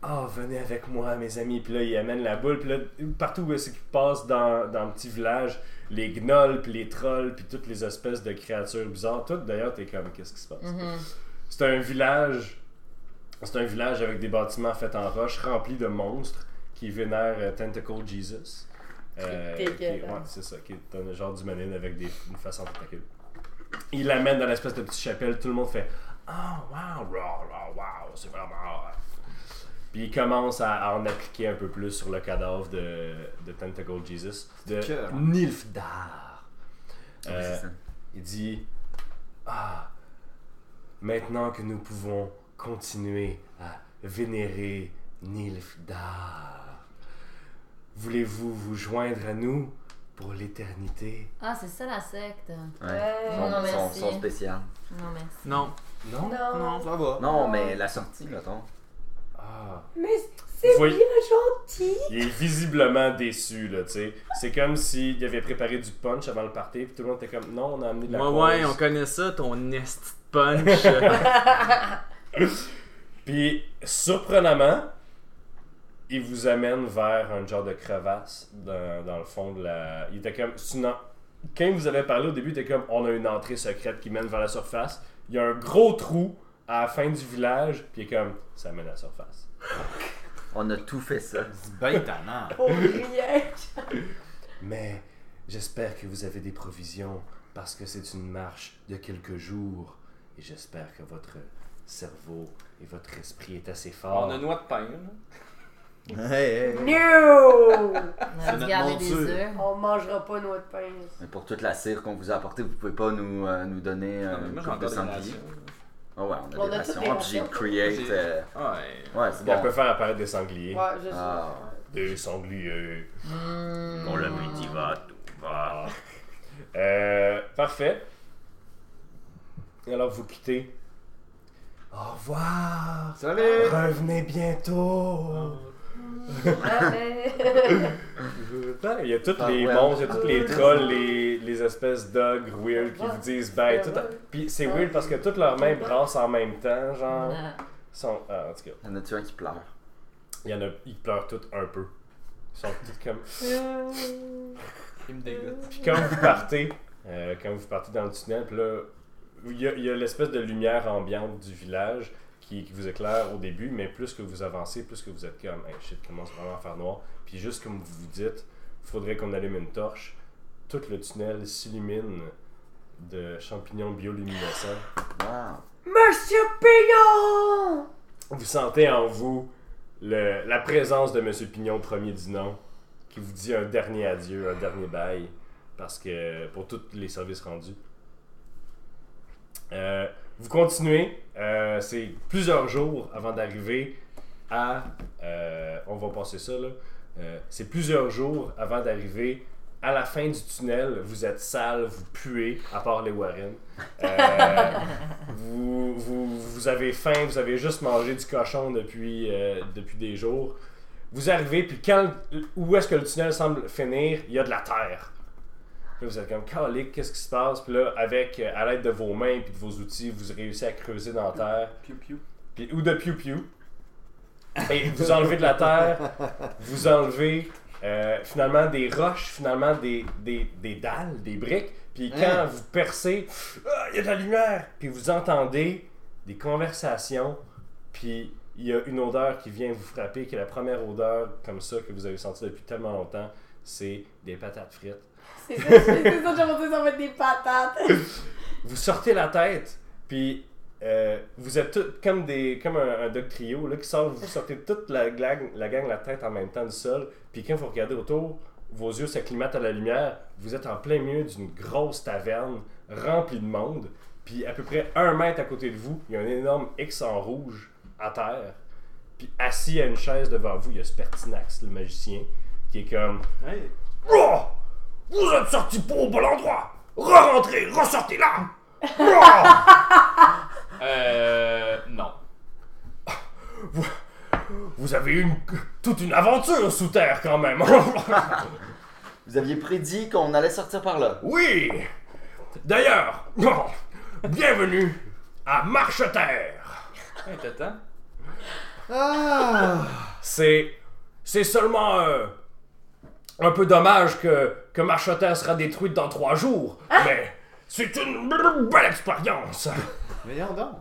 S3: Ah, venez avec moi, mes amis. Puis là, il amène la boule. Puis là, partout où est-ce qu'il passe dans, dans le petit village, les gnolls, puis les trolls, puis toutes les espèces de créatures bizarres. Toutes, d'ailleurs, t'es comme, qu'est-ce qui se passe?
S4: Mhm.
S3: C'est un village. C'est un village avec des bâtiments faits en roche, remplis de monstres qui vénèrent euh, Tentacle Jesus. Euh,
S5: Dégueulasse.
S3: qui est- ouais, c'est ça, qui est un genre d'humanine avec des, une façon tentacule. Il l'amène dans l'espèce Ah, de petite chapelle, tout le monde fait Oh wow, wow, wow, wow, c'est vraiment. Puis il commence à, à en appliquer un peu plus sur le cadavre de, de Tentacle Jesus, de
S2: cœur.
S3: Nilfdar. Euh,
S6: c'est ça.
S3: il dit Ah, maintenant que nous pouvons continuer à vénérer Nilfdar, voulez-vous vous joindre à nous pour l'éternité
S4: Ah, c'est ça la secte.
S6: Ouais.
S4: Euh, Non,
S6: Son, son,
S4: merci.
S6: son spécial.
S4: Non, merci.
S1: Non.
S3: Non
S5: Non.
S1: Non.
S2: Ça va.
S6: Non, mais la sortie, mettons.
S3: Ah.
S5: Mais c'est
S3: Voyez-
S5: bien gentil.
S3: Il est visiblement déçu, là, tu sais. C'est comme s'il avait préparé du punch avant le party, puis tout le monde était comme, non, on a amené de
S1: Ouais,
S3: la
S1: ouais,
S3: pause.
S1: on connaît ça, ton esti de punch.
S3: Puis, surprenamment, il vous amène vers un genre de crevasse dans, dans le fond de la. Il était comme. c'est une en- Quand il vous avait parlé au début, il était comme on a une entrée secrète qui mène vers la surface. Il y a un gros trou à la fin du village, puis il est comme ça mène à la surface.
S6: On a tout fait ça.
S2: C'est bien étonnant.
S3: Oh,
S5: Pour rien.
S3: Mais j'espère que vous avez des provisions parce que c'est une marche de quelques jours et j'espère que votre cerveau et votre esprit est assez fort.
S1: on a noix de pain, là.
S2: Hey, hey.
S5: No!
S4: On a
S2: notre
S4: regardé des
S2: monture.
S4: œufs.
S5: On mangera pas noix de pain.
S6: Mais pour toute la cire qu'on vous a apportée, vous pouvez pas nous, euh, nous donner euh,
S1: Non, Ah, mais
S6: une
S1: moi, j'ai
S6: coupe de
S1: encore des
S6: sanglier.
S1: rations.
S6: Ah ouais, on a
S5: On
S4: ben,
S6: des
S5: a toutes
S6: rations.
S5: des
S6: Ah, puis j'ai
S5: rations.
S6: create.
S1: J'ai-
S6: euh,
S1: Ouais.
S6: Ouais, c'est
S3: Et Elle
S6: bon.
S3: peut faire apparaître des sangliers.
S5: Ouais, je sais.
S6: Ah.
S3: Des sangliers.
S4: Mmh.
S3: Ah. Euh, parfait. Et Alors vous quittez. Au revoir.
S2: Salut!
S3: Revenez bientôt. Putain, Il y a tous les
S6: Ah ouais.
S3: monstres, il y a tous les trolls, les, les espèces d'ogres weird qui vous disent ben tout. Puis c'est weird parce que toutes leurs mains brassent en même temps, genre.
S4: Ah.
S3: Sont... ah, en tout cas,
S6: Il y en a-tu un qui pleure?
S3: il y en a, ils pleurent toutes un peu. Ils sont toutes comme.
S1: Il me dégoûte.
S3: Puis quand vous partez, euh, quand vous partez dans le tunnel, puis là, il y a, il y a l'espèce de lumière ambiante du village qui, qui vous éclaire au début, mais plus que vous avancez, plus que vous êtes comme, hey shit, commence vraiment à faire noir. Puis juste comme vous vous dites, faudrait qu'on allume une torche. Tout le tunnel s'illumine de champignons bioluminescents.
S6: Wow.
S5: Monsieur Pignon!
S3: Vous sentez en vous le- la présence de Monsieur Pignon, premier du nom, qui vous dit un dernier adieu, un dernier bail, parce que pour tous les services rendus. Euh, vous continuez, euh, c'est plusieurs jours avant d'arriver à. euh, on va passer ça là. Euh, c'est plusieurs jours avant d'arriver à la fin du tunnel. Vous êtes sale, vous puez, à part les Warren. Euh, vous, vous, vous avez faim, vous avez juste mangé du cochon depuis, euh, depuis des jours. Vous arrivez, puis quand, où est-ce que le tunnel semble finir, il y a de la terre. Puis là, vous êtes comme, calique, qu'est-ce qui se passe? Puis là, avec, euh, à l'aide de vos mains et de vos outils, vous réussissez à creuser dans la terre.
S1: Piu piu.
S3: Puis- ou de piou piou. Et vous enlevez de la terre, vous enlevez euh, finalement des roches, finalement des, des, des dalles, des briques. Puis quand vous percez, Ah, il y a de la lumière. Puis vous entendez des conversations. Puis il y a une odeur qui vient vous frapper, qui est la première odeur comme ça que vous avez sentie depuis tellement longtemps. C'est des patates frites.
S5: C'est ça, c'est ça, j'avais dit ça va être des patates.
S3: vous sortez la tête, puis euh, vous êtes tous comme des comme un, un doc trio là, qui sort, vous sortez toute la, gang- la gang la tête en même temps du sol, puis quand vous regardez autour, vos yeux s'acclimatent à la lumière, vous êtes en plein milieu d'une grosse taverne remplie de monde, puis à peu près un mètre à côté de vous, il y a un énorme X en rouge à terre, puis assis à une chaise devant vous, il y a Spertinax, le magicien, qui est comme
S1: Hey.
S3: Oh! Vous êtes sorti pour au bon endroit! Re-rentrez, ressortez là! Oh!
S8: Euh. Non.
S3: Vous avez eu une, toute une aventure sous terre quand même!
S6: Vous aviez prédit qu'on allait sortir par là.
S3: oui! D'ailleurs, bienvenue à Marche-Terre!
S1: Hey, t'attends?
S2: Ah!
S3: C'est. C'est seulement euh, un peu dommage que, que Marche-Terre sera détruite dans trois jours, mais c'est une belle expérience!
S2: Voyons donc.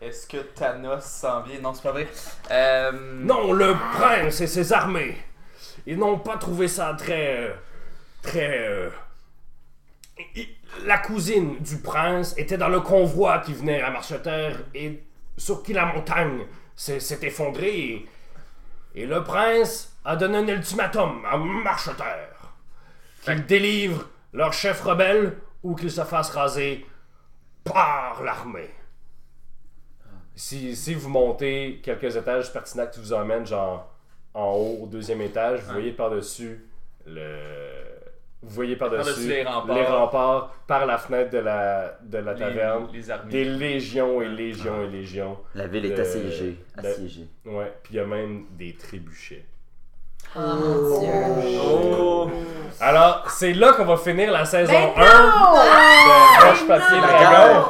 S1: Est-ce que Thanos s'en vient? Non, c'est pas vrai. Euh...
S3: Non, le prince et ses armées. Ils n'ont pas trouvé ça très. euh, très. euh, i- La cousine du prince était dans le convoi qui venait à Marcheterre et sur qui la montagne s'est s'est effondrée et Et le prince a donné un ultimatum à Marcheterre qu'ils délivrent leur chef rebelle ou qu'ils se fassent raser par l'armée. Si, si vous montez quelques étages, Pertinac qui vous emmène genre en haut, au deuxième étage, vous voyez par-dessus le. Vous voyez par-dessus
S8: Par-dessus les remparts.
S3: remparts, par la fenêtre de la, de la taverne,
S8: les, Ah. les armées.
S3: des légions et légions et légions.
S6: La ville est
S3: Le-
S6: assiégée.
S3: le-
S6: assiégée.
S3: Ouais, puis il y a même des trébuchets.
S4: Oh mon dieu.
S1: Oh!
S3: Alors, c'est là qu'on va finir la saison
S5: Ben
S3: 1 de Euh, Roche Papier Dragon.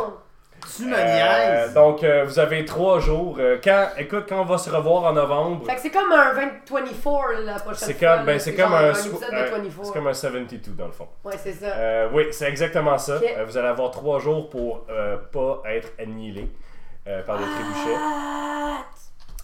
S2: Tu me
S3: Euh,
S2: niaises.
S3: donc, euh, vous avez trois jours. Euh, quand, écoute, quand on va se revoir en novembre,
S5: Fait que c'est comme un 20, 24 la prochaine
S3: c'est
S5: fois.
S3: comme,
S5: là.
S3: ben, c'est
S5: genre
S3: comme un, sou-
S5: épisode
S3: un-
S5: de 24.
S3: c'est comme un 72 dans le fond.
S5: Ouais, c'est ça.
S3: Euh, oui, c'est exactement ça.
S5: Ok.
S3: Euh, vous allez avoir trois jours pour euh, pas être annihilé euh, par des trébuchets.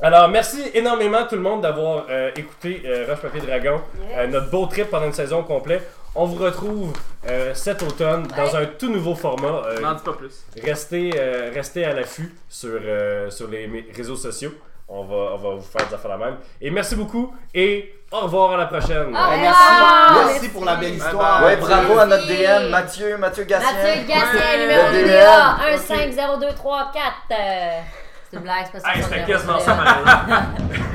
S3: Alors, merci énormément tout le monde d'avoir euh, écouté euh, Roche Papier Dragon, euh, notre beau trip pendant une saison complète. On vous retrouve euh, cet automne dans un tout nouveau format. euh,
S1: N'en dis pas plus.
S3: Restez, euh, restez à l'affût sur, euh, sur les mé- réseaux sociaux. On va, on va vous faire des affaires la même. Et merci beaucoup et au revoir à la prochaine.
S4: Ah,
S2: Merci pour la belle histoire.
S6: Ouais, bravo à notre
S4: Merci.
S6: DM, Mathieu, Mathieu
S4: Mathieu
S6: Gassien.
S4: Gasset, numéro
S6: Le
S4: de
S6: DDM.
S4: DA, 1502234. C'est une blague, c'est pas ça.
S8: Hey,
S4: qu'on
S8: c'était
S4: dirait.
S8: quasiment ça, Marie.